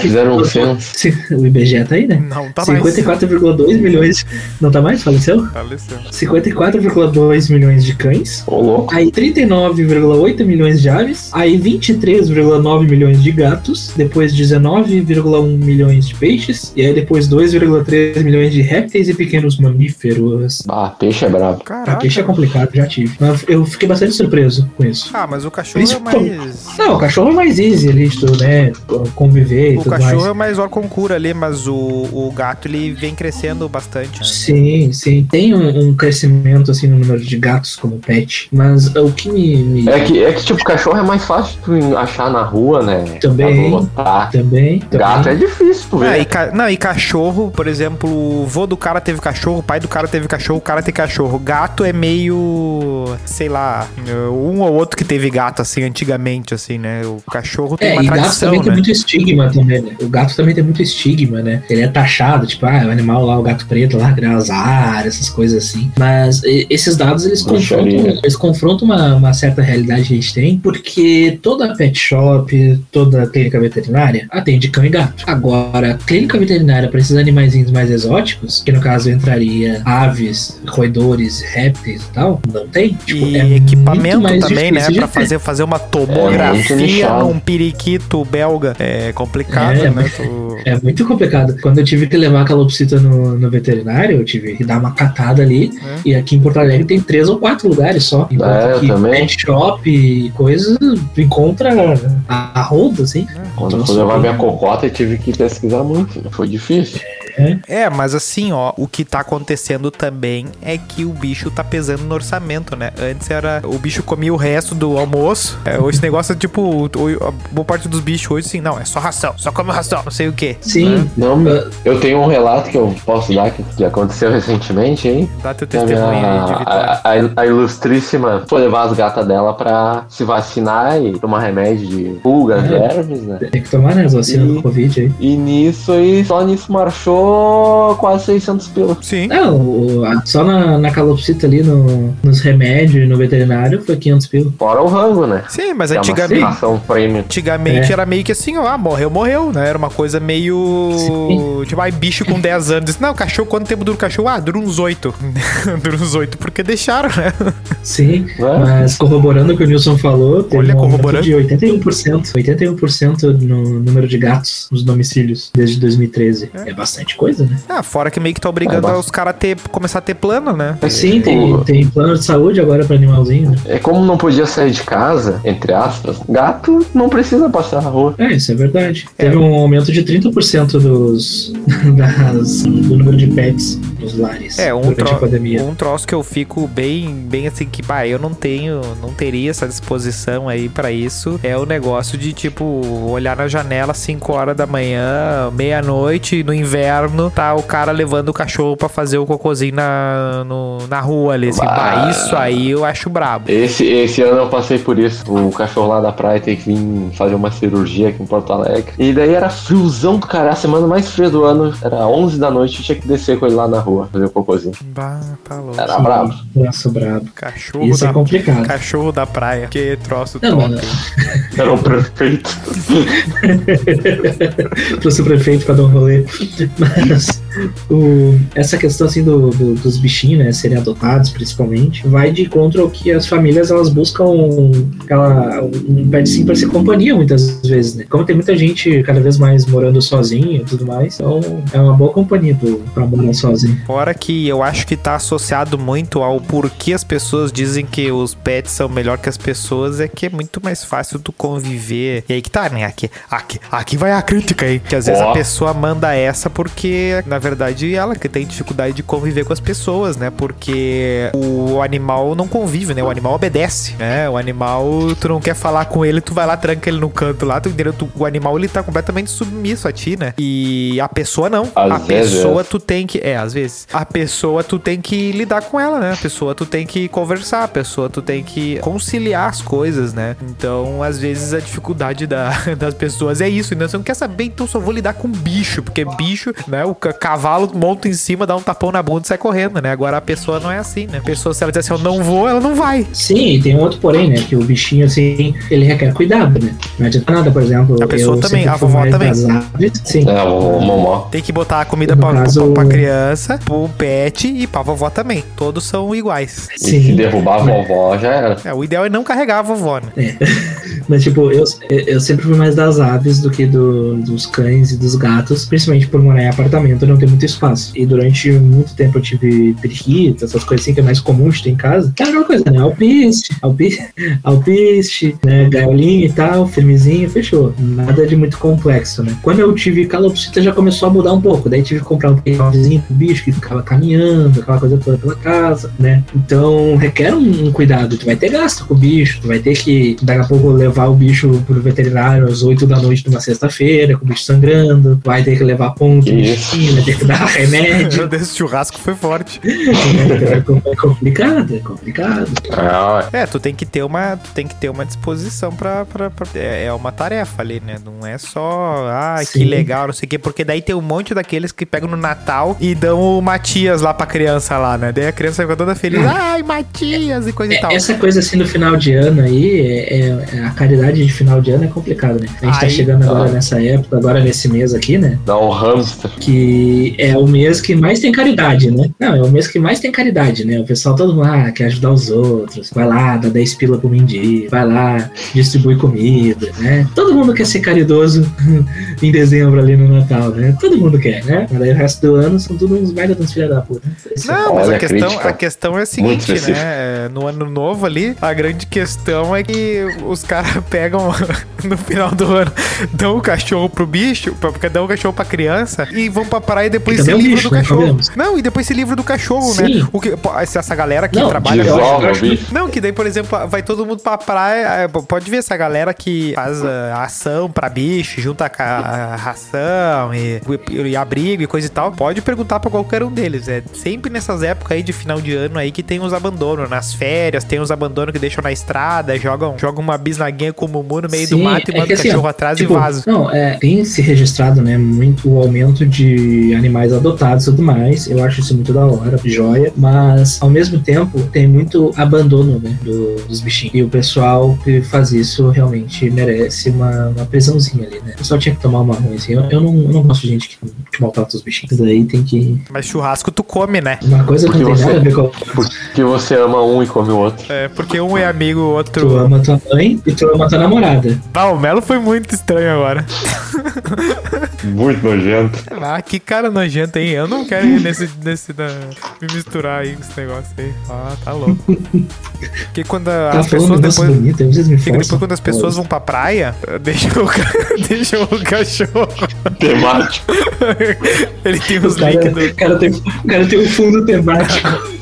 54. fizeram um censo. O IBGE tá aí, né? Não, tá mais. 54,2 milhões. Não tá mais? Faleceu? Faleceu. 54,2 milhões de cães. Ô, louco. Aí 39,8 milhões de aves. Aí 23,9 milhões de gatos. Depois 19,1 milhões de peixes. E aí depois 2,3 milhões de répteis e pequenos mamíferos. Ah, peixe é brabo. Ah, Caraca. peixe é complicado, já tive. Mas eu fiquei bastante surpreso com isso. Ah, mas o cachorro é mais... Não, o cachorro é mais easy ali de tudo, né? Conviver e O tudo cachorro mais. é mais orconcura ali, mas o, o gato, ele vem crescendo bastante. né? Sim, sim. Tem um, um crescimento assim no número de gatos como pet. Mas o que me. me- É que, é que, tipo, cachorro é mais fácil tu achar na rua, né? Também. Tá. Também, também. Gato é difícil, tu Ah, e vê. ca- não, e cachorro, por exemplo, o vô do cara teve cachorro, o pai do cara teve cachorro, o cara tem cachorro. Gato é meio, sei lá, um ou outro que teve gato, assim, antigamente, assim, né? O cachorro tem É, uma e gato tradição, também tem né? muito estigma também, né? O gato também tem muito estigma, né? Ele é taxado, tipo, ah, o animal lá, o gato preto lá, tem azar, essas coisas assim. Mas e- esses dados, eles Bruxaria. confrontam, eles confrontam uma, uma certa realidade que a gente tem, porque toda pet shop, toda clínica veterinária atende cão e gato. Agora, clínica veterinária para esses animaizinhos mais exóticos, que no caso entraria aves, roedores, répteis e tal, não tem. Tipo, E é muito equipamento mais também, né? difícil de Pra ter. É, fazer, fazer uma muito tomografia nichado. num periquito belga. É complicado, É, né? mas- Tu- É muito complicado. Quando eu tive que levar a calopsita no, no veterinário, eu tive que dar uma catada ali. É. E aqui em Porto Alegre tem três ou quatro lugares só. É, eu Enquanto que também. pet shop e coisa, tu encontra a, a roda, assim. Quando eu Nossa, fui levar tem- minha cocota, eu tive que pesquisar muito. Foi difícil. É, mas assim, ó, o que tá acontecendo também é que o bicho tá pesando no orçamento, né? Antes era o bicho comia o resto do almoço. É, hoje esse negócio é tipo, o- o- a boa parte dos bichos hoje assim, não, é só ração, só come ração, não sei o quê. Sim. Não, eu tenho um relato que eu posso dar que, que aconteceu recentemente, hein? Dá teu A, testemunho minha- aí de vitória. a, a, a ilustríssima foi levar as gatas dela pra se vacinar e tomar remédio de pulgas, É. vermes, né? Tem que tomar, né, as vacinas E- do Covid aí. E nisso aí, só nisso marchou quase 600 pila. Sim. Não, o- a- só na, na calopsita ali, no, nos remédios e no veterinário, foi 500 pila. Fora o rango, né? Sim, mas Que é antigamente. uma ração premium. Antigamente era meio que assim, ó, ah, morreu, morreu, né? Era uma coisa meio. Sim. Tipo, ai, bicho com 10 anos. Não, cachorro, quanto tempo dura o cachorro? Ah, dura uns 8. dura uns 8, porque deixaram, né? Sim. Né? Mas corroborando o que o Nilson falou, teve Olha, um aumento corroborando. de 81%, 81% no número de gatos nos domicílios desde 2013. É, bastante coisa, né? Ah, fora que meio que tá obrigando É, mas- os caras a ter, começar a ter plano, né? Uhum. É. Sim, tem, o- tem plano de saúde agora para animalzinho. né? É como não podia sair de casa, entre aspas, gato não precisa passar na rua. É, isso é verdade. Teve um aumento de 30% dos, das- do número de pets nos lares É, um, durante a tro pandemia. um troço que eu fico bem, bem assim, que, bah, eu não tenho, não teria essa disposição aí pra isso. É o negócio de, tipo, olhar na janela 5 horas da manhã, meia-noite, no inverno, inverno, tá o cara levando o cachorro pra fazer o cocôzinho na, no- na rua ali. Assim, Bah. bah, isso aí eu acho brabo. Esse, esse ano eu passei por isso. O cachorro lá da praia tem que vir fazer uma cirurgia aqui em Porto Alegre. E daí era friozão do cara. A semana mais fria do ano era 11 da noite. Eu tinha que descer com ele lá na rua, fazer o cocôzinho. Bah, tá louco. Era brabo. Braço brabo. Cachorro Isso da é complicado. Cachorro da praia. Que troço Não, top. mano. Era o prefeito. Trouxe o prefeito pra dar um rolê. Mas o- essa questão assim do, do- dos bichinhos, né? Serem adotados principalmente, vai de encontro ao que as famílias elas buscam aquela, um petzinho pra ser companhia muitas vezes, né? Como tem muita gente cada vez mais morando sozinha e tudo mais, então é uma boa companhia pro, pra morar sozinho. Fora que eu acho que tá associado muito ao porquê as pessoas dizem que os pets são melhor que as pessoas, é que é muito mais fácil tu conviver. E aí que tá, né? Aqui, aqui, aqui vai a crítica, hein? Que às vezes Ó. a pessoa manda essa porque, na verdade, ela que tem dificuldade de conviver com as pessoas, né? Porque o animal não convive, né? O animal obedece, né? O animal, tu não quer falar com ele, tu vai lá, tranca ele no canto lá, tu entendeu? Tu- o animal, ele tá completamente submisso a ti, né? E a pessoa não. Às a vezes. pessoa tu tem que. É, às vezes. A pessoa tu tem que lidar com ela, né? A pessoa tu tem que conversar, a pessoa tu tem que conciliar as coisas, né? Então, às vezes, a dificuldade da, das pessoas é isso. Então, você não quer saber, então só vou lidar com bicho, porque bicho, né? O ca- cavalo monta em cima, dá um tapão na bunda e sai correndo, né? Agora a pessoa não é assim, né? A pessoa, se ela disser assim, eu não vou, ela não vai. Sim, e tem um outro porém, né? Que o bichinho, assim, ele requer cuidado, né? Não adianta nada, por exemplo. A pessoa eu também, sempre a fui vovó mais também. das aves, sim. É, o momó. Tem que botar a comida pra, No caso- pra, pra criança, pro pet e pra vovó também. Todos são iguais. E se Sim. derrubar a vovó, já era. É, o ideal é não carregar a vovó, né? Mas, tipo, eu, eu sempre fui mais das aves do que do- dos cães e dos gatos, principalmente por morar em apartamento e não ter muito espaço. E durante muito tempo eu tive periquita, essas coisas assim que é mais comum de ter em casa. Que era aquela coisa, né? Alpiste, alpiste, alpiste, né? Gaiolinha e tal, firmezinho, fechou. Nada de muito complexo, né? Quando eu tive calopsita já começou a mudar um pouco. Daí tive que comprar um pequenozinho pro bicho que ficava caminhando, aquela coisa toda pela casa, né? Então requer um, um cuidado. Tu vai ter gasto com o bicho, tu vai ter que daqui a pouco levar o bicho pro veterinário às 8 da noite numa sexta-feira, com o bicho sangrando, vai ter que levar ponto, Que no isso. bichinho, vai ter que dar remédio. Meu Deus, esse churrasco foi forte. né? É complicado, é complicado. Ah, É, tu tem que ter uma, tu tem que ter uma disposição pra, pra, pra- é, é uma tarefa ali, né? Não é só, ah, que Sim. legal, não sei o quê, porque daí tem um monte daqueles que pegam no Natal e dão o Matias lá pra criança lá, né? Daí a criança fica toda feliz, ai, Matias e coisa e É, tal. Essa coisa assim do final de ano aí, é, é- é- a caridade de final de ano é complicada, né? A gente tá Aí, chegando agora ah. nessa época, agora nesse mês aqui, né? dá um hamster. Que é o mês que mais tem caridade, né? Não, é o mês que mais tem caridade, né? O pessoal todo mundo ah, quer ajudar os outros, vai lá, dá 10 pila pro mendigo, vai lá, distribui comida, né? Todo mundo quer ser caridoso em dezembro ali no Natal, né? Todo mundo quer, né? Mas aí o resto do ano são tudo uns baita dos filha da puta. Não, mas Olha a a questão, crítica. a questão é a Muito seguinte, específica. né? É, No ano novo ali, a grande questão é que os caras pegam no final do ano, dão o cachorro pro bicho, pra- pra- dão o cachorro pra criança e vão pra praia e depois E se também é um livram bicho, do né? cachorro. Sabemos. Não, e depois se livra do cachorro, né? Sim. O que, pô, essa essa galera que Não, trabalha com Dissolve o acho que- bicho. não, que daí, por exemplo, vai todo mundo pra praia. é, p- Pode ver essa galera que faz ah, ação pra bicho, junta com a- a ração e, e, e abrigo e coisa e tal. Pode perguntar pra qualquer um deles. É sempre nessas épocas aí de final de ano aí que tem uns abandonos. Nas férias, tem uns abandonos que deixam na estrada, jogam, jogam uma bisnaguinha com o Mumu no meio do Sim, mato é e manda que o assim, cachorro ó, atrás Tipo, e vaza. Não, é, tem se registrado, né, muito o aumento de animais adotados e tudo mais. Eu acho isso muito da hora, joia. Mas, ao mesmo tempo, tem muito abandono, né, do- dos bichinhos. E o pessoal que faz isso realmente merece uma, uma prisãozinha ali, né. O pessoal tinha que tomar uma ruim, assim. Eu, eu não, eu não gosto de gente que, que maltrata os bichinhos. Isso daí tem que... Mas churrasco tu come, né? Uma coisa Porque não tem você- nada a ver com a Porque você ama um e come o outro. É, porque um é amigo, o Tu outro. ama tua mãe e tu ama tua namorada. Ah, o Melo foi muito estranho agora. Muito nojento. Ah, que cara nojento, hein? Eu não quero ir nesse, nesse da, me misturar aí com esse negócio aí. Ah, tá louco. Porque quando a- Tá as falando um pessoas negócio depois. bonito, às vezes me Porque forçam. depois quando as pessoas vão pra praia, deixa o, ca- deixa o cachorro. Temático. Ele tem O os cara, líquidos. o cara tem, o cara tem um fundo temático.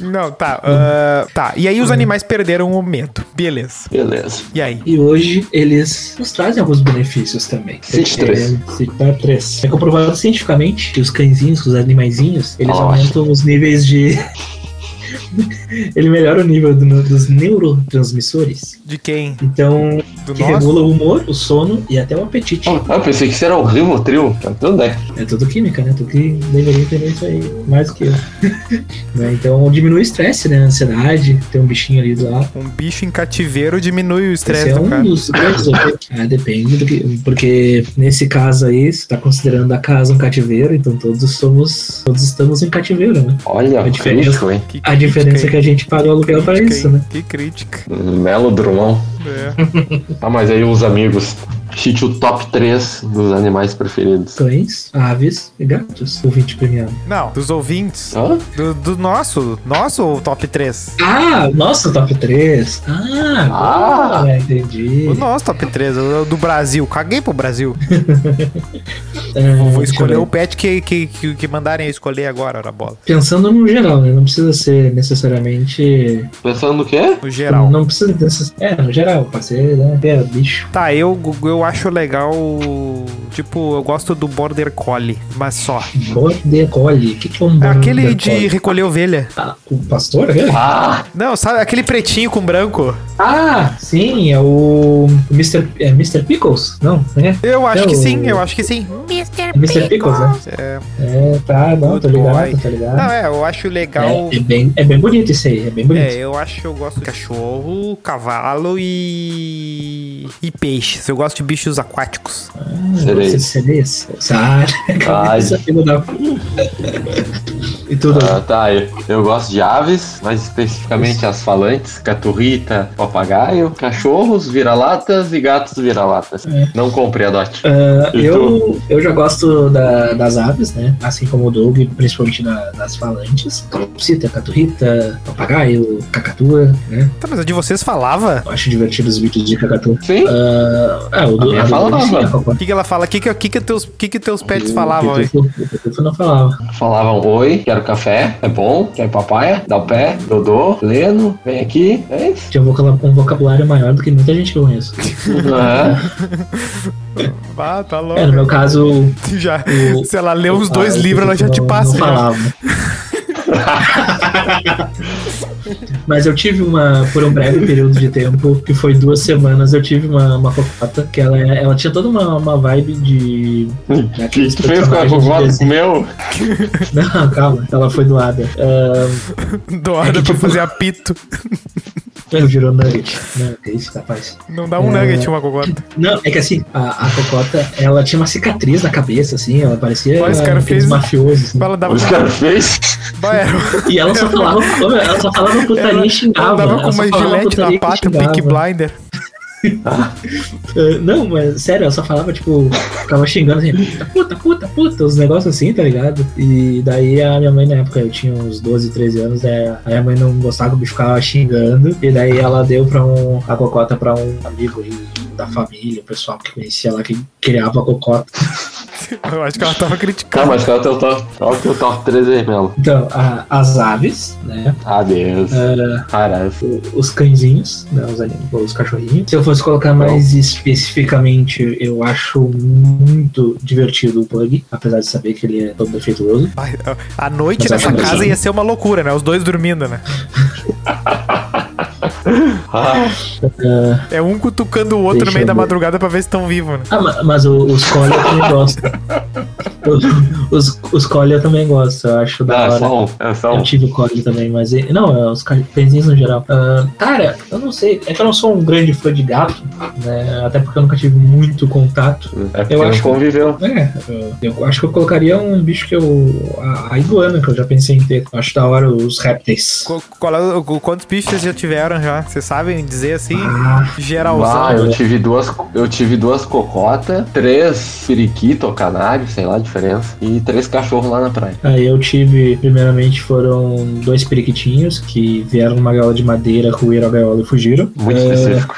Não, tá. ah, tá. E aí os animais perderam o medo. Beleza. Beleza. E aí? E hoje eles nos trazem alguns benefícios também. Cite três. É, citar três. É comprovado cientificamente que os cãezinhos, os animaizinhos, eles Ah, aumentam os níveis de. Ele melhora o nível do- dos neurotransmissores. De quem? Então, Do que nosso? regula o humor, o sono e até o apetite. Ah, eu pensei que isso era o Rivotril. Tá tudo bem. É tudo química, né? Tu que deveria entender isso aí mais do que eu. Né, Então diminui o estresse, né? A ansiedade, tem um bichinho ali do lado. Um bicho em cativeiro diminui o Esse estresse é do um cara. dos grandes objetivos. Ah, depende do que. Porque nesse caso aí, você tá considerando a casa um cativeiro, então todos somos. Todos estamos em cativeiro, né? Olha, A diferença. crítico, hein? Que A diferença é que crítica, a gente paga o hein? aluguel pra Crítica, isso, hein? né? Que crítica. Melo Drummond. É. Ah, mas aí os amigos. Cite o top 3 dos animais preferidos. Cães, aves e gatos. Ouvinte premiado. Não, dos ouvintes. Hã? Do, do nosso. Nosso top 3. Ah, nossa, top 3. Ah, Ah. agora, entendi. O nosso top 3, o do Brasil. Caguei pro Brasil. Ah, Vou deixa escolher eu o pet que, que, que, que mandarem eu escolher agora, era bola. Pensando no geral, né? Não precisa ser necessariamente. Pensando no quê? No geral. Não precisa. necess- É, no geral, parceiro, né? É, bicho. Tá, eu, eu acho legal. Tipo, eu gosto do Border Collie, mas só. Border Collie. O que, que é um É Border aquele de Collie? recolher ovelha. Ah, o pastor? aquele? Ah! Não, sabe? Aquele pretinho com branco. Ah, sim, é o. o Mr. É Mr. Pickles? Não, né? Eu acho É que o- sim, eu acho que sim. É Mr. Pickles, né? É, tá, não, tô Good ligado, boy. tô ligado. Não, é, eu acho legal. é, é bem, é bem bonito isso aí, é bem bonito. É, eu acho que eu gosto de cachorro, cavalo e. e peixes. Eu gosto de bichos aquáticos. Sereia. Ah, Você Ah, seria esse? Sabe? Ai. Essa filha da puta. E tudo. Ah, tá, eu, eu gosto de aves, mais especificamente as falantes, caturrita, papagaio, cachorros, vira-latas e gatos vira-latas. Não comprei a dote. É. Ah, E eu, eu já gosto da- das aves, né? Assim como o Doug, principalmente da- das falantes. Calopsita, caturrita, papagaio, cacatua, né? Tá, mas a de vocês falava? Eu acho divertido os vídeos de cacatua. Sim, Ah, ah, o A minha Doug falava. né? O que, que ela fala? O que, que, que, que, teus, que, que teus pets falavam, hein? Eu não falava. falavam oi, quero café, é bom, quer papaya, dá o pé, dodô, leno, vem aqui, é isso. Tinha um vocala- um vocabulário maior do que muita gente que eu conheço. Aham. Ah, tá louco. É, no meu caso, o- Já, se ela lê uns dois Ah, livros, ela já te não- passa. né? Não falava. já. Mas eu tive uma, por um breve período de tempo, que foi duas semanas, eu tive uma, uma fofota que ela, é- ela tinha toda uma, uma vibe de. né, É O Hum, que que tu fez com a vovó com o meu? Não, calma, ela foi doada. Ah, Doada tipo, pra fazer apito. Ela virou nugget. Não, que isso, capaz. Não dá um É. nugget uma cocota. Não, é que assim, a, a cocota, ela tinha uma cicatriz na cabeça, assim, ela parecia Olha, esse ah, cara aqueles fez- mafiosos. assim. Tipo, Ela dava, Os caras fez? Bah, era- E ela só falava, ela só falava putaria ela- e xingava. ela dava ela com só uma falava gilete putaria na e pata, xingava. Pink Blinder. Ah, Não, mas sério, ela só falava, tipo, ficava xingando assim, puta, puta, puta, puta, os negócios assim, tá ligado? E daí a minha mãe, na época, eu tinha uns 12, 13 anos, né? a minha mãe não gostava que o bicho ficava xingando, e daí ela deu pra um, a cocota pra um amigo aí da família, o pessoal que conhecia lá, que criava a cocota. Eu acho que ela tava Tá, criticando. mas qual é o teu top? Qual é o teu top 3 aí, Melo? Então, a- as aves, né? Adeus. Ah, Caras. os cãezinhos, né? Os, anim- os cachorrinhos. Se eu fosse colocar Bom. mais especificamente, eu acho muito divertido o Pug, apesar de saber que ele é todo defeituoso. Ai, A noite Mas eu nessa acho casa engraçado. ia ser uma loucura, né? Os dois dormindo, né? Ah, É um cutucando o outro Deixa no meio eu da ver. madrugada pra ver se estão vivos, né? Ah, ma- mas o- os Collie eu também gosto. Os, os Collie eu também gosto, eu acho não, da é hora. só um, é só um. Eu tive o Collie também, mas. ele- Não, é os cãezinhos no geral. Ah, cara, eu não sei. É que eu não sou um grande fã de gato, né? Até porque eu nunca tive muito contato. É porque Eu não acho- conviveu. É, eu, eu acho que eu colocaria um bicho que eu. A, a iguana, que eu já pensei em ter. Eu Acho da hora os répteis. Qu- qual é o- Quantos bichos vocês já tiveram já? Vocês sabem dizer assim? Ah, Ah, Geralzão. eu tive duas, eu tive duas cocota, três periquito ou canário, sei lá, de diferença. E três cachorros lá na praia. Aí eu tive, primeiramente, foram dois periquitinhos que vieram numa gaiola de madeira, roeram a gaiola e fugiram. Muito Ah, específico.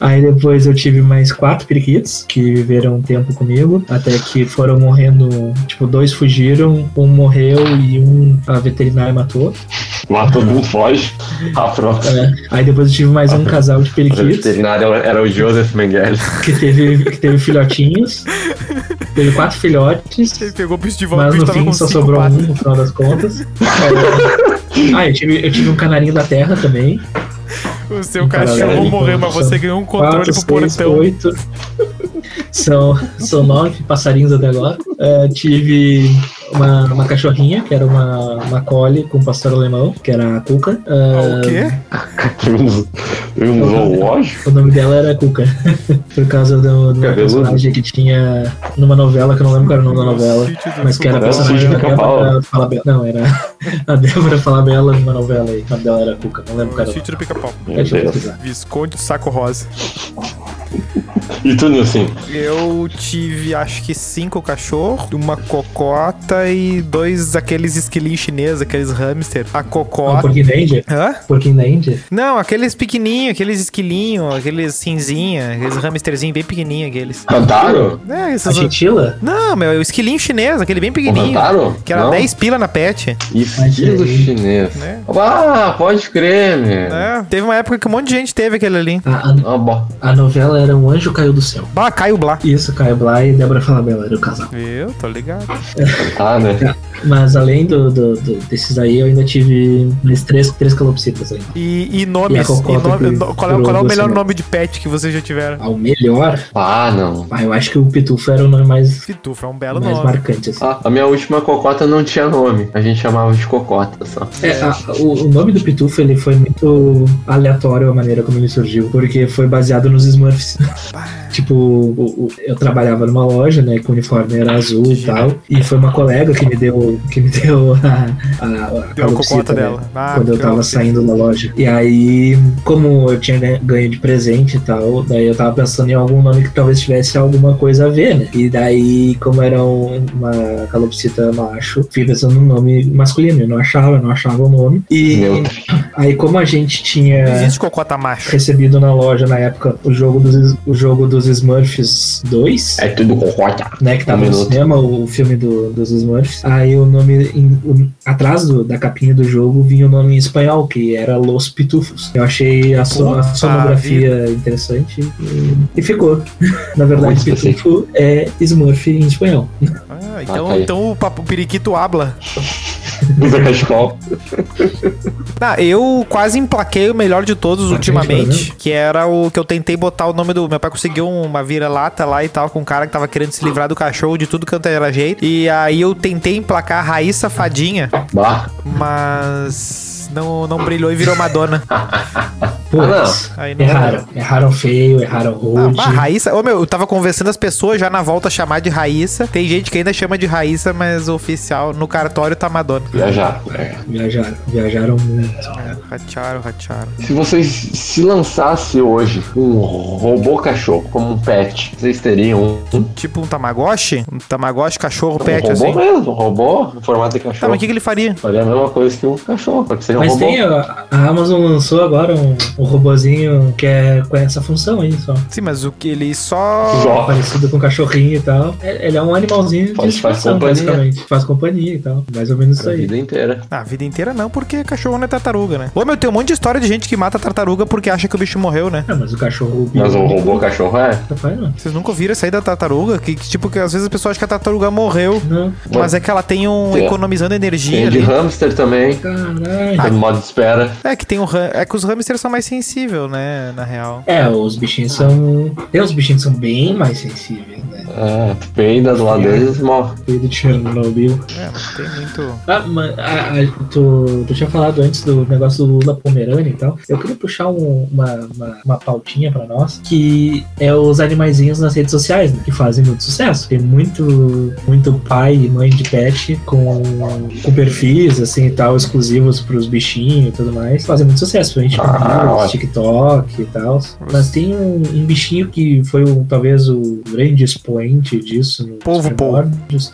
Aí depois eu tive mais quatro periquitos que viveram um tempo comigo, até que foram morrendo. Tipo, dois fugiram, um morreu e um a veterinária matou. Lá todo mundo foge. A frota. É. Aí depois eu tive mais um casal de Mas O periquitos veterinário era o Joseph Mengele. que teve, que teve filhotinhos. Teve quatro filhotes. Ele pegou o bicho de volta, o Mas no bicho tava fim com só cinco sobrou patas. um no final das contas. É. ah, eu tive, eu tive um canarinho da terra também. O seu Caralho, cachorro então, morreu, mas são você ganhou um controle Quatro, pro seis, portão. oito. São, são nove passarinhos até agora. É, tive uma, uma cachorrinha, que era uma, uma collie com pastor alemão, que era a Cuca. É, Ah, o quê? Teve um, teve um zoológico. o nome dela era Cuca. Por causa do, do Cabeludo? personagem que tinha numa novela, que eu não lembro qual era o nome da novela. Sítio do Mas que era a Débora personagem da Pica-Pau. Débora Falabella. Não, era a Débora Falabella numa novela aí. O nome dela era Cuca, não lembro o cara. Sítio do pica-pau. Meu Deixa eu Deus. pesquisar. Visconde do Saco Rosa. E tu, Nilson? Eu tive, acho que cinco cachorros, uma cocota e dois aqueles esquilinhos chineses, aqueles hamster. A Ah, cocota... Porquinho da Índia? Hã? Porquinho da Índia? Não, aqueles pequenininhos, aqueles esquilinhos, aqueles cinzinha, aqueles hamsterzinhos bem pequenininhos, aqueles. Rantaro? É, A esses... Chitila? Não, meu, é o esquilinho chinês, aquele bem O pequenininho. tá. Rantaro? Que era Não? 10 pila na pet. Estilo Mas aí- chinês. Né? Ah, pode crer, meu. É, teve uma época que um monte de gente teve aquele ali. A, a, Ah, bom. a novela era Um Anjo Caiu do Céu. Bah, Caio Blá. Isso, Caio Blá e Débora Falabella era o casal. Viu? Tô ligado. Tá, né? Mas além do, do- do- desses aí, eu ainda tive mais três, três calopsitas ainda. E, e nomes. E a cocota e nome- que durou no- qual, é, qual é o duas melhor semanas. nome de pet que vocês já tiveram? Ao melhor, Ah, não. ah, eu acho que o Pitufo era o nome mais, Pitufo é um belo mais nome. marcante. Assim. Ah, a minha última cocota não tinha nome. A gente chamava de cocota só. É, a- o, o nome do Pitufo ele foi muito aleatório a maneira como ele surgiu, porque foi baseado nos Smurfs. tipo, o- o- eu trabalhava numa loja, né, que o uniforme era azul e tal, e foi uma colega que me deu, que me deu a, a, a Deu a calopsita, cocota né, dela. Ah, Quando eu tava calopsita. saindo da loja. E aí, como eu tinha ganha- ganho de presente e tal, daí eu tava pensando em algum nome que talvez tivesse alguma coisa a ver, né? E daí, como era um- uma calopsita macho, fui pensando num nome masculino. Eu não achava, não achava o nome. E Neutro. aí, como a gente Não tinha existe cocota macho. recebido na loja na época o jogo dos, o jogo dos Smurfs 2, É tudo cocota. né, que tava Um no minuto. cinema, o, o filme do, dos Smurfs. Aí o nome, em- o- atrás do- da capinha do jogo, vinha o nome em espanhol, que era Los Pitufos. Eu achei a, so- a Puta sonografia interessante e, e ficou. Na verdade, Muito Pitufo é Smurf em espanhol. Ah, então, tá aí. então o papo periquito habla. Usa cachecol. Ah, eu quase emplaquei o melhor de todos Tá ultimamente, acreditando, que era o que eu tentei botar o nome do. Meu pai conseguiu um, uma vira-lata lá e tal, com um cara que tava querendo se livrar do cachorro de tudo quanto era jeito. E aí eu tentei emplacar Raiz Safadinha, Bah. mas não, não brilhou e virou Madonna. Pô, Ah, não. mas Aí não erraram. Erraram feio, erraram Ah, rude. mas Raíssa, ô meu, eu tava convencendo as pessoas já na volta a chamar de Raíssa. Tem gente que ainda chama de Raíssa, mas o oficial no cartório tá Madonna. Viajar. É. viajaram, viajaram muito. É. Racharam, racharam. Se vocês se lançasse hoje um robô cachorro como um pet, vocês teriam um, Tipo um Tamagotchi? Um Tamagotchi, cachorro, pet, um robô assim. mesmo, um robô em formato de Tá, cachorro. mas o que, que ele faria? Faria a mesma coisa que um cachorro, só que seria um Mas robô. tem, a, a Amazon lançou agora um, um robozinho que é com essa função aí só. Sim, mas o que ele só. Só. parecido com um cachorrinho e tal. É- Ele é um animalzinho Faz- de faz estimação, companhia. basicamente. Faz companhia e tal. Mais ou menos isso Pra aí. vida inteira. Ah, a vida inteira não, porque cachorro não é tartaruga, né? Ô, meu, tem um monte de história de gente que mata tartaruga porque acha que o bicho morreu, né? Ah, mas o cachorro. Mas um robô cachorro é? Papai não. Vocês nunca ouviram sair da tartaruga? Que, que tipo, que às vezes a pessoa acha que a tartaruga morreu, Não, mas é que ela tem um É. economizando Tem energia de ali. hamster também, caralho. tá no modo de espera. É que tem um ram- é que os hamsters são mais sensíveis, né, na real. É, os bichinhos são. Tem uns bichinhos que são bem mais sensíveis, né? É, tu peida do lado deles e morre. Feio de Chernobyl. É, não tem muito. Ah, mas a- a- tu, tu tinha falado antes do negócio do Lula Pomerânia e tal. Eu queria puxar um- uma, uma, uma pautinha pra nós, que é os animaizinhos nas redes sociais, né? Que fazem muito sucesso. Tem muito, muito pai e mãe de pet com, com perfis, assim, e tal, exclusivos pros bichinhos e tudo mais. Fazem muito sucesso, a gente Ah, ah, ótimo. TikTok e tal. Mas tem um, um bichinho que foi um, o- talvez o grande expoente expoente disso no Povo,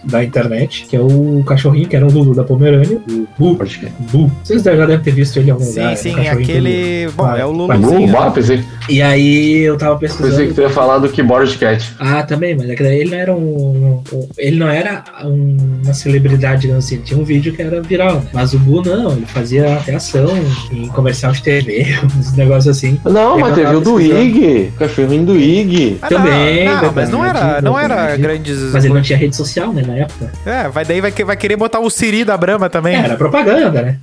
da internet, que é o cachorrinho, que era o Lulu da Pomerânia, o Bu. Pode crer. Bu. Vocês já devem ter visto ele em algum lugar. Sim, um sim, é cachorrinho aquele. Bom, é o Vai, Bom, Luluzinho. bora, Uh, pensei, do Lulu. E aí eu tava pesquisando. pensei que tu ia falar do Keyboard Cat. Ah, também, mas é que daí ele não era um. um- Ele não era um- uma celebridade, digamos assim. Tinha um vídeo que era viral. né? Mas o Bu não, ele fazia até ação em comercial de TV, uns negócios assim. Não, Eu mas teve tava o do pesquisando. Ig. O cachorrinho do Ig. Ah, Também, né, não, não, mas verdade, não era, não era verdade. grandes. Mas ele não tinha rede social, né, na época. É, vai daí vai, que- vai querer botar o Siri da Brahma É, também. era propaganda, né?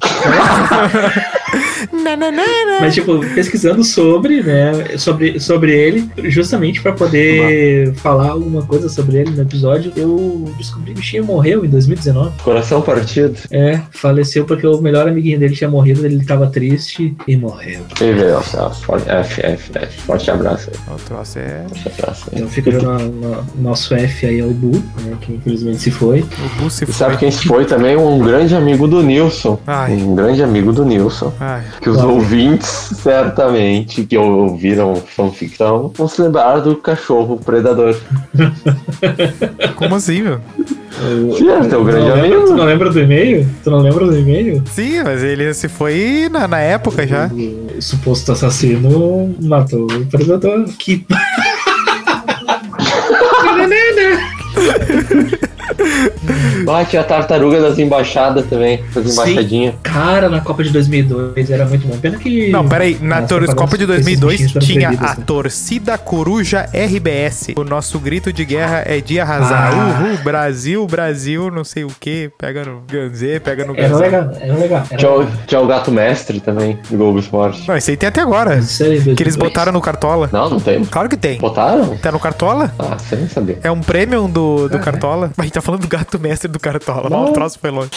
Mas, tipo, pesquisando sobre, né? Sobre, sobre ele, justamente pra poder falar alguma coisa sobre ele no episódio, eu descobri que o Shin morreu em 2019. Coração partido. É, faleceu porque o melhor amiguinho dele tinha morrido, ele tava triste e morreu. E veio, nossa, nossa, forte, F, F, F. Forte abraço aí. O troço é. Forte abraço aí. Então fica o no- no- nosso F aí ao Bu, né? Que infelizmente se foi. O Bu se E foi. sabe quem foi também? Um grande amigo do Nilson. Ai. Um grande amigo do Nilson. Ai, Que os Claro. ouvintes, certamente, que ouviram fanficção, vão se lembrar do cachorro predador. como assim, meu? O- Sim, é teu Tu grande não lembra- amigo. Tu não lembra do e-mail? Tu não lembra do e-mail? Sim, mas ele se foi na, na época já. O suposto assassino matou o predador. Que. Bate a tartaruga das embaixadas também, das Sim. embaixadinhas. Cara, na Copa de 2002 era muito bom. Pena que. Não, peraí, na Nossa, Torres parece Copa de que esses 2002 bichinhos foram tinha perdidos, a né? torcida coruja RBS. O nosso grito de guerra é de arrasar. Ah. Uhul, Brasil, Brasil, não sei o que. Pega no Ganzê, pega no Era Ganzê. legal, era legal. Era Tinha o- tinha o gato mestre também, do Globo Esporte. Não, isso aí tem até agora. Que eles botaram no Cartola. Não, não tem. Claro que tem. Botaram? Tá no Cartola? Ah, você nem sabia. É um premium do, do Cartola. Mas a gente tá falando do gato mestre do Cartola. Mas o troço foi longe.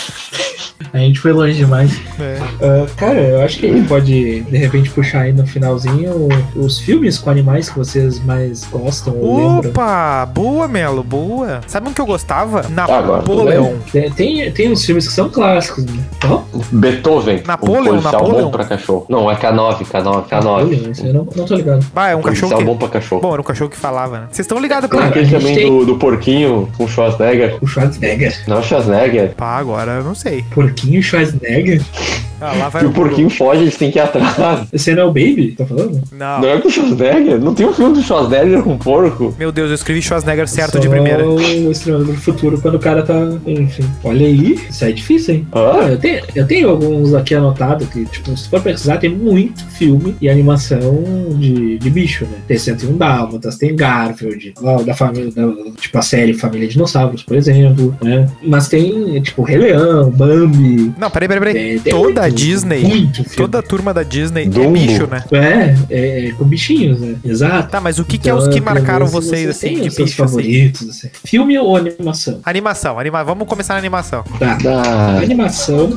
A gente foi longe demais. É. Ah, cara, eu acho que a gente pode, de repente, puxar aí no finalzinho os filmes com animais que vocês mais gostam ou lembram. Opa! Boa, Melo, boa. Sabe um que eu gostava? Ah, agora, tudo Napoleão. Né? Tem- Tem, tem uns filmes que são clássicos, né? Então, Beethoven. Napoleon, um policial Napoleon. bom pra cachorro. Não, é K9, K9, olha, K9. esse eu não, não tô ligado. Ah, é um cachorro policial que... bom pra cachorro. Bom, era um cachorro que falava, né? Vocês estão ligados Tem pra... Claro. Claro. a aquele gente também tem- do, do porquinho com Schwarzenegger. O Schwarzenegger. Não, Schwarzenegger. Pá, agora eu não sei. Porquinho Schwarzenegger? Ah, lá vai E o porquinho foge, eles têm que ir atrás. Esse não é o Baby? Tá falando? Não. Não é com o Schwarzenegger? Não tem um filme do Schwarzenegger com porco? Meu Deus, eu escrevi Schwarzenegger certo de Só primeira. O Exterminador do Futuro, quando o cara tá. Enfim. Olha aí, isso é difícil, hein? Ah, Hã? eu tenho, eu tenho alguns aqui anotados que, tipo, se for pesquisar, tem muito filme e animação de, de bicho, né? Tem 101 Dálmatas, tem Garfield, lá da família, da- tipo a série Família Dinossauros, por exemplo, né? Mas tem, tipo, Rei Leão, Bambi. Não, peraí, peraí, peraí. é, tem Toda a Disney, Muito filme. Toda a turma da Disney é Dumbo. bicho, né? É, é, é, com bichinhos, né? Exato. Tá, mas o que, que é Então, os que pelo marcaram menos vocês, assim, têm de os seus bicho, assim? favoritos, assim. Filme ou animação? Animação, anima... vamos começar na animação. Tá. Ah, Animação,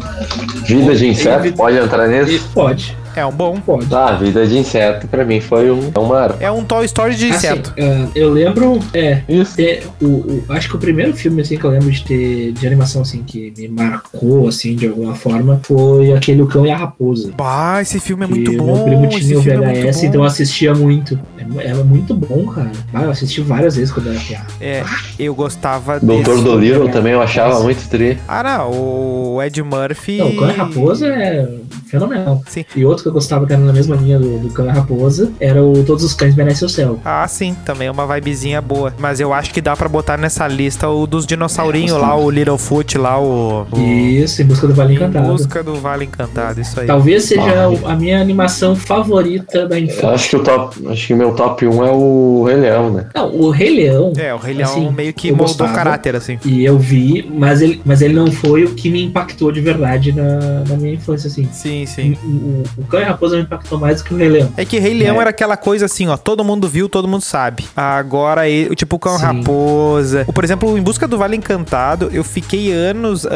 vida de inseto, pode entrar e- nesse? pode, É um bom. pode. Ah, vida de inseto pra mim foi um, é um mar. É um Toy Story de Assim, inseto. ah, eu lembro, é, Isso. É, o, o- acho que o primeiro filme assim, que eu lembro de ter de animação assim, que me marcou assim, de alguma forma foi aquele O Cão e a Raposa. Bah, esse filme é que muito Meu bom. primo esse tinha o filme é VHS, muito então eu bom. assistia muito. É mu- Era muito bom, cara. Ah, eu assisti várias vezes quando eu era piada. É, eu gostava Doutor desse. Dolittle também eu achava Nossa. muito tri. Ah, não, o Ed Murphy. Não, o Cão e a Raposa é fenomenal. Sim. E outro que eu gostava, que era na mesma linha do, do Cão e a Raposa, era o Todos os Cães Merecem o Céu. Ah, sim, também é uma vibezinha boa. Mas eu acho que dá pra botar nessa lista o dos dinossaurinhos lá, o Littlefoot lá, o. o... Isso, Em Busca do Vale Em Encantado. busca do Vale Encantado, isso aí. Talvez seja o- a minha animação favorita da Eu infância. acho que o top, acho que meu top 1 é o Rei Leão, né? Não, o Rei Leão, É, o Rei Leão Assim, meio que eu moldou o gostava. caráter, assim. E eu vi, mas ele, mas ele não foi o que me impactou de verdade na, na minha infância, assim. Sim, sim. O, o Cão e a Raposa me impactou mais do que o Rei Leão. É que Rei Leão É. era aquela coisa assim, ó, todo mundo viu, todo mundo sabe. Agora, e- tipo, o Cão Sim. Raposa. O, por exemplo, Em Busca do Vale Encantado, eu fiquei anos ah,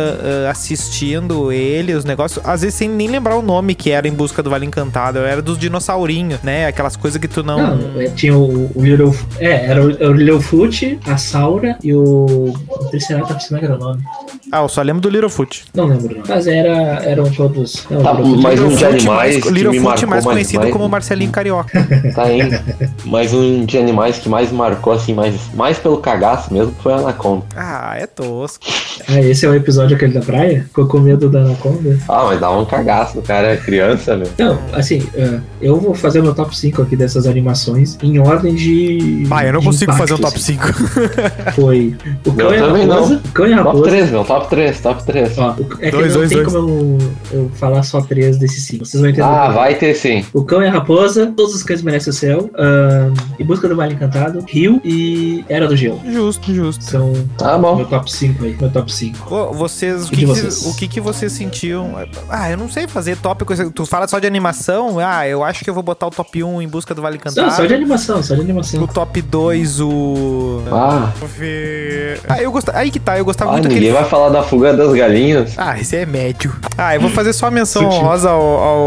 ah, assistindo ele, os negócios, às vezes sem nem lembrar o nome que era Em Busca do Vale Encantado. Era dos dinossaurinhos, né? Aquelas coisas que tu não... Não, é, tinha o, o Little... É, era o, era o Littlefoot, a Saura e o... O Triceratops, como é que era o nome? Ah, eu só lembro do Littlefoot. Não lembro o nome. Mas era, eram todos... Não, Tá, o Littlefoot- mas um de Littlefoot mais animais, que me Littlefoot, marcou mais conhecido mais- como Marcelinho Carioca. Tá, hein? Mas um de animais que mais marcou, assim, mais, mais pelo cagaço mesmo, foi a Anaconda. Ah, é tosco. Ah, esse é o episódio aquele da praia? Ficou com medo da Anaconda? Ah, mas dava um cagaço, o cara é criança, meu. Não, assim, ah, eu vou fazer meu top 5 aqui dessas animações em ordem de. Ah, eu não de consigo impacto, fazer um top assim. 5. Foi. O Cão Eu e a também não. Raposa. O Cão e a Top Raposa. 3, meu, top 3, top 3. Ó, o- é que Dois, não dois, tem dois. como eu, eu falar só três desses cinco. Vocês vão entender. é. Ah, vai ter sim. O Cão e a Raposa, Todos os Cães Merecem o Céu, ahn, Em Busca do Vale Encantado, Rio e Era do Gelo. Justo, justo. São Tá bom. meu top 5 aí, meu top 5. Ô, Vocês, o E que, de que- vocês? o que que vocês sentiam? Ah, eu não sei fazer top. coisa- Tu fala só de animação? Ah, eu acho que eu vou botar o top 1 em busca do Vale Não, Encantado. só de animação, só de animação. O top 2, o. Ah, Ah, eu gostava. Aí que tá, eu gostava ah, muito ninguém daquele. vai falar da fuga das galinhas. Ah, esse é médio. Ah, eu vou fazer só a menção Sutil. honrosa ao,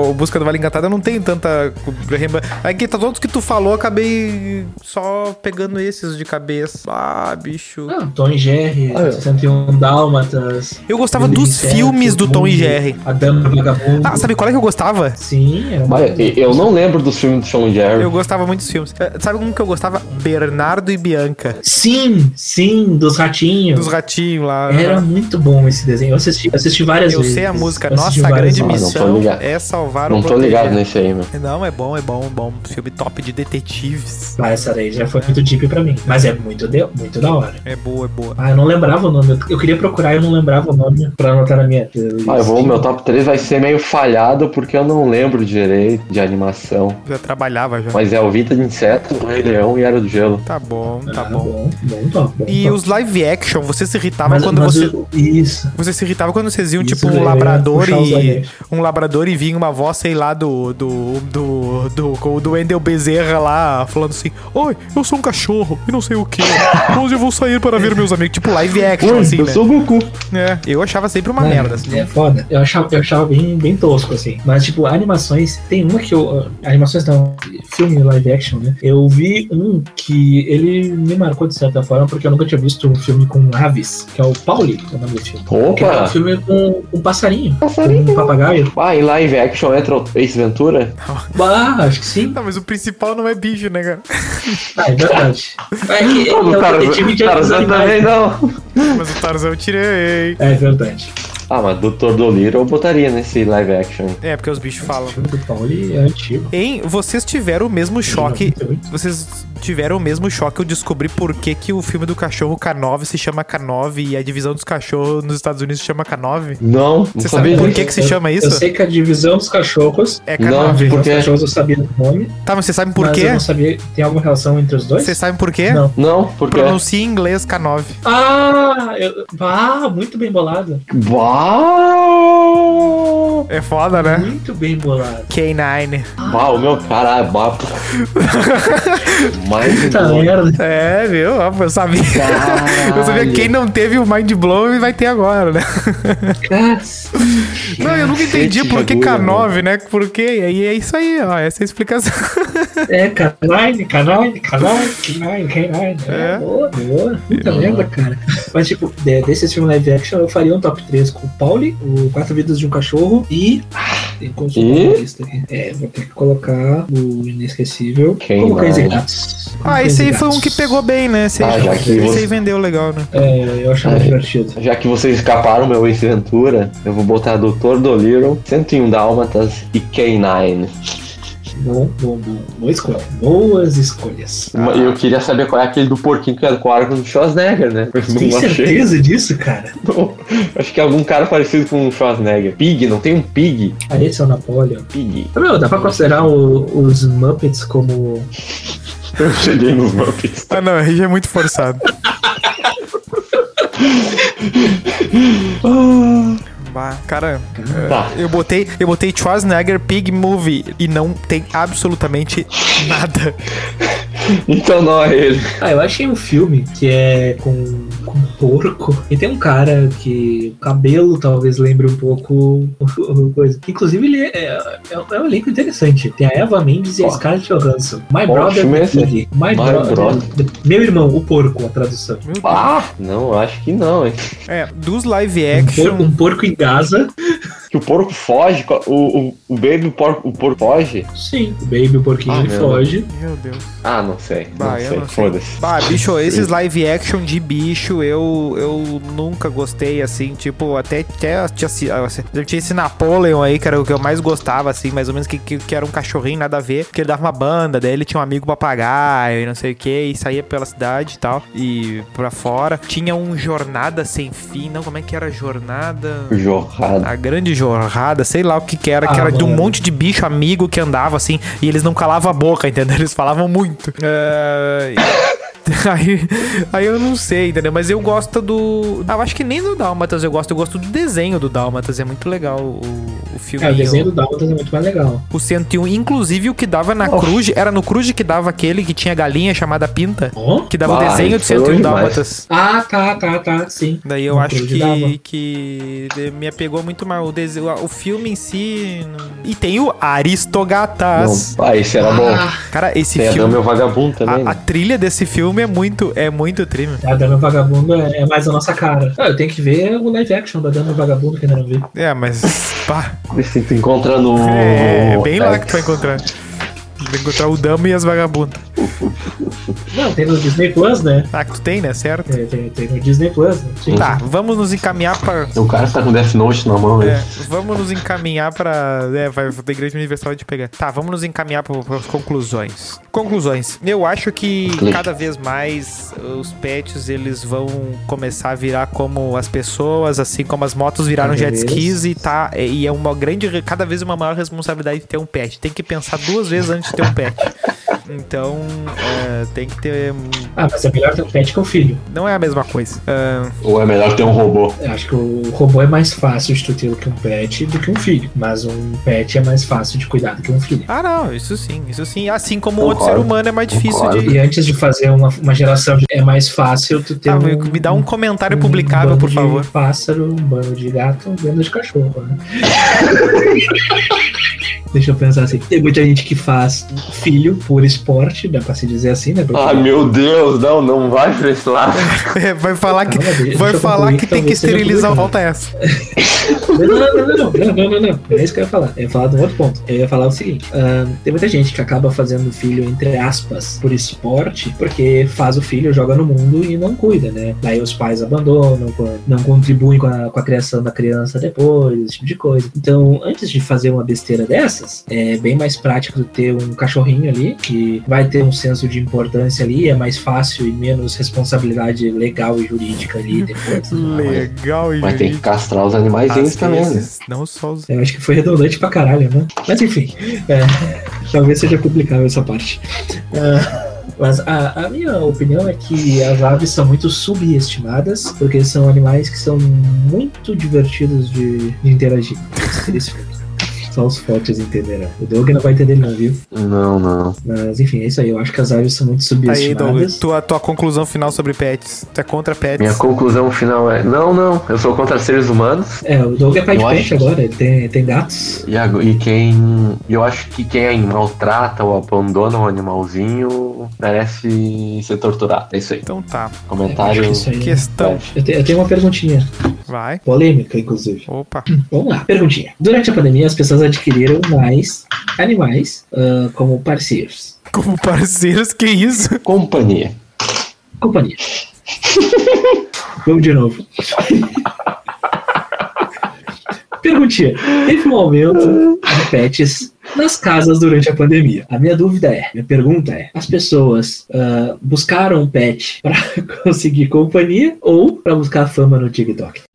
ao Busca do Vale Encantado. Eu não tenho tanta. remba- É que todos que tu falou, eu acabei só pegando esses de cabeça. Ah, bicho. Ah, Tom e Jerry, Ah, é. 101 Dálmatas. Eu gostava Ele dos Inseto, filmes do Tom e Mundo, Jerry. A Dama Vagabundo. Ah, sabe qual é que eu gostava? Sim, era uma... Mas eu- eu não lembro dos filmes do Sean Jerry. Eu gostava muito dos filmes. Eh, Sabe como que eu gostava? Bernardo e Bianca. Sim, sim, dos ratinhos. Dos ratinhos lá. Era muito bom esse desenho. Eu assisti, assisti várias Eu vezes. sei a música. Eu assisti Nossa, a várias grande vezes. Não, não tô missão ligado. é salvar Não o tô proteger. ligado né? nesse aí, meu. Não, é bom, é bom, é bom. Filme top de detetives. Ah, essa daí já foi muito deep pra mim. Mas é muito, de... muito da hora. É boa, é boa. Ah, eu não lembrava o nome. Eu- Eu queria procurar, eu não lembrava o nome pra anotar na minha. Ah, eu vou, meu top 3 vai ser meio falhado porque eu não lembro direito de animação. Já trabalhava já. Mas é o Vita de Inseto, o Rei Leão e Era do Gelo. Tá bom, tá Ah, bom. Bom, bom top. Bom E top. os live action, você se irritava Mas- quando mas você. o- Isso. Você se irritava quando vocês iam, Isso, tipo, um velho, labrador puxar os e. olhos. Um labrador e vinha uma voz, sei lá, do. do. do. do, do Endel Bezerra lá, falando assim: Oi, eu sou um cachorro e não sei o quê. Hoje eu vou sair para ver meus amigos. Tipo, live action, assim, né? o Goku. É, eu achava sempre uma Mano, merda. assim. É foda. Eu achava, eu achava bem, bem tosco, assim. Mas, tipo, animações. Tem uma que eu. ah, Animações não. Filme live action, né? Eu vi um que ele me marcou de certa forma, porque eu nunca tinha visto um filme com aves, que é o Pauli, que é o nome do filme. Que é um Opa! filme com um passarinho. Passarinho. Com um papagaio. Ah, em live action entra o Ace Ventura? Ah, acho que sim. Tá, mas o principal não é bicho, né, cara? Ah, é verdade. É, que- é, Não, o o Tarzan, detetive de outros Tarzan animais. também né? não. Mas o Tarzan eu tirei. É verdade. Ah, mas Dr. Dolittle eu botaria nesse live action. É, porque os bichos O falam. filme do Pauli é antigo. é Hein, vocês tiveram o mesmo choque. 98. Vocês tiveram o mesmo choque eu descobri por que, que o filme do cachorro K9 se chama K9 e a divisão dos cachorros nos Estados Unidos se chama K9? Não, não Você sabia sabe por disso. que, que se Eu- chama isso? Eu sei que a divisão dos cachorros. É Não, K9. por Os quê? cachorros eu sabia do nome. Tá, mas vocês sabem por mas quê? Eu não sabia. Tem alguma relação entre os dois? Vocês sabem por quê? Não. Não, porque. Pronuncia em inglês K9. Ah, eu- ah, muito bem bolado. Uau! É foda, né? Muito bem bolado. K9. Ah. Uau, meu caralho, bah. Mais Puta um. merda. É, viu? Ó, Eu sabia. Caralho. Eu sabia que quem não teve o Mind Blow vai ter agora, né? Não, eu nunca Cacete, entendi por que bagulho, K9, né? Por quê? E aí é isso aí, ó. Essa é a explicação. É, canine, canine, canine, canine, canine. É. É, boa, boa. Puta merda, cara. Mas, tipo, de, desse filme live action, eu faria um top 3 com o Pauli, o Quatro Vidas de um Cachorro e. Ah, Tem que consultar E? a lista aqui. É, vou ter que colocar o Inesquecível. Quem como Cães e não? Gatos. Como Ah, Cães esse e aí foi um Gatos. que pegou bem, né? Esse aí, Ah, já que esse aí você- vendeu legal, né? É, eu achava Ah, é. divertido. Já que vocês escaparam meu Ace Ventura, eu vou botar Dr. Dolittle, 101 Dálmatas e K9. Bom, bom, bom. Boa escolha. Boas escolhas. Ma- Eu queria saber qual é aquele do porquinho que era com o arco do Schwarzenegger, né? Eu Tem não achei. certeza disso, cara? não. Acho que é algum cara parecido com o Schwarzenegger. Pig, não tem um Pig? Ah, esse é o Napoleon. Pig. Meu, dá pra considerar o- os Muppets como. Eu cheguei nos Muppets. Ah, não, aí já é muito forçado. Bah, cara, Tá. eu botei, eu botei Schwarzenegger Pig Movie e não tem absolutamente nada. Então não é ele. Ah, eu achei um filme que é com, com porco. E tem um cara que o cabelo talvez lembre um pouco o- o coisa. Inclusive, ele é, é, é um elenco interessante. Tem a Eva Mendes e a Ó. Scarlett Johansson. My Ó, Brother filme the esse? Pig. My, My brother, Brother. Meu irmão, o porco, a tradução. Um Meu Deus. Ah, não, acho que não, hein? É, dos live Um porco, action. um porco em Gaza. que o porco foge, co- o, o, o baby, o porco, o porco foge? Sim, o Baby, o porquinho, Ah, ele meu foge. Meu Deus. Ah, não sei, não Bah, eu sei, não sei. foda-se. Bah, bicho, esses live action de bicho eu, eu nunca gostei, assim, tipo, até, até tinha, esse- assim, eu tinha esse Napoleon aí, que era o que eu mais gostava, assim, mais ou menos, que, que, que era um cachorrinho, nada a ver, que ele dava uma banda, daí ele tinha um amigo papagaio e não sei o que, e saía pela cidade e tal, e pra fora. Tinha um Jornada Sem Fim, não, como é que era? Jornada... Jorrado. A grande jornada, sei lá o que que era, que Ah, era de um mano. monte de bicho amigo que andava assim, e eles não calavam a boca, entendeu? Eles falavam muito. É, e- Aí, aí eu não sei, entendeu? Mas eu gosto do. Ah, eu acho que nem do Dálmatas eu gosto, eu gosto do desenho do Dálmatas, é muito legal o, o filme. É, o desenho do Dalton é muito mais legal. O 101, inclusive o que dava na Nossa. Cruz, era no Cruz que dava aquele que tinha galinha chamada Pinta, Ó? que dava Ah, o desenho do isso é foi 101 hoje demais. Dálmatas. Ah, tá, tá, tá, sim. Daí eu Não acho acreditava. que, que de- me apegou muito mais o, dese... o filme em si. não- E tem o Aristogatas. Não, ah, esse era bom. Ah, Cara, esse Tem Adão filme. meu vagabundo também. A, a né? trilha desse filme é muito, é muito trime. a Dama Vagabundo é é mais a nossa cara. Ah, eu tenho que ver o live action da Dama Vagabundo que ainda não vi. É, mas. Pá, Esse tu encontra no. é, é bem lá que tu vai encontrar. Vai encontrar o Dama e as vagabundas. Não, tem no Disney Plus, né? Ah, que tu tem, né? Certo? É, Tem, tem no Disney Plus, né? Sim. Tá, vamos nos encaminhar pra. O cara que tá com Death Note na mão, É, né? vamos nos encaminhar pra. É, vai da Igreja Universal de pegar. Tá, vamos nos encaminhar para as conclusões. Conclusões. Eu acho que Conclusão. cada vez mais os pets eles vão começar a virar como as pessoas, assim como as motos viraram Cada jet vez. skis e tá. é- E é uma grande, re- cada vez uma maior responsabilidade de ter um pet. Tem que pensar duas vezes antes de ter um pet. Então, é, tem que ter. Ah, mas é melhor ter um pet que um filho. Não é a mesma coisa. Ah, Ou é melhor ter um robô? Eu acho que o robô é mais fácil de tu ter do que um pet do que um filho. Mas um pet é mais fácil de cuidar do que um filho. ah, não, isso sim, isso sim. Assim como outro ser Concordo, humano é mais difícil concordo. de, E antes de fazer uma, uma geração, de- é mais fácil tu ter Tá, um. me- me dá um comentário um publicável, bando por de favor. pássaro, um bando de gato, um bando de cachorro, né? Deixa eu pensar assim. Tem muita gente que faz filho por esporte, dá pra se dizer assim, né? Porque- Ah, meu Deus, não, não vai pra esse lado. É, vai falar que, Calma, deixa vai eu falar concluir, que tem que talvez seja né? esterilizar. publicável. Volta essa. Não, não, não, não, não, não, não, não. Não é isso que eu ia falar. Eu ia falar de um outro ponto. Eu ia falar o seguinte: ahn, tem muita gente que acaba fazendo filho, entre aspas, por esporte, porque faz o filho, joga no mundo e não cuida, né? Daí os pais abandonam, co- não contribuem com a, com a criação da criança depois, esse tipo de coisa. Então, antes de fazer uma besteira dessas, é bem mais prático tu ter um cachorrinho ali, que vai ter um senso de importância ali, é mais fácil e menos responsabilidade legal e jurídica ali depois. Hum. Legal, Mas tem que gente. castrar os animaizinhos Às também, né? vezes, Não só os. Eu acho que foi redundante pra caralho, né? Mas enfim, é, talvez seja publicável essa parte. Ah, mas a, a minha opinião é que as aves são muito subestimadas, porque são animais que são muito divertidos de, de interagir. Isso foi- Só os fortes entenderão. O Doug não vai entender, ele não viu? Não, não. Mas enfim, é isso aí. Eu acho que as aves são muito Tá aí, Douglas. subestimadas. Tua, tua conclusão final sobre pets. Tu é contra pets. Minha conclusão final é: não, não, eu sou contra seres humanos. é, o Doug é pai Eu de acho pet que- agora, ele tem, tem gatos. E, ago- e quem. Eu acho que quem maltrata ou abandona um animalzinho merece ser torturado. É isso aí. Então tá. Eu acho Comentário. que é isso aí. Questão. breve. Eu te- eu tenho uma perguntinha, Vai. polêmica, inclusive. Opa. Vamos lá, perguntinha. Durante a pandemia, as pessoas adquiriram mais animais ah, como parceiros. Como parceiros, que isso? Companhia. Companhia. Vamos de novo. Perguntinha. Teve um aumento de pets nas casas durante a pandemia. A minha dúvida é, minha pergunta é, as pessoas ah, buscaram um pet para conseguir companhia ou para buscar fama no TikTok?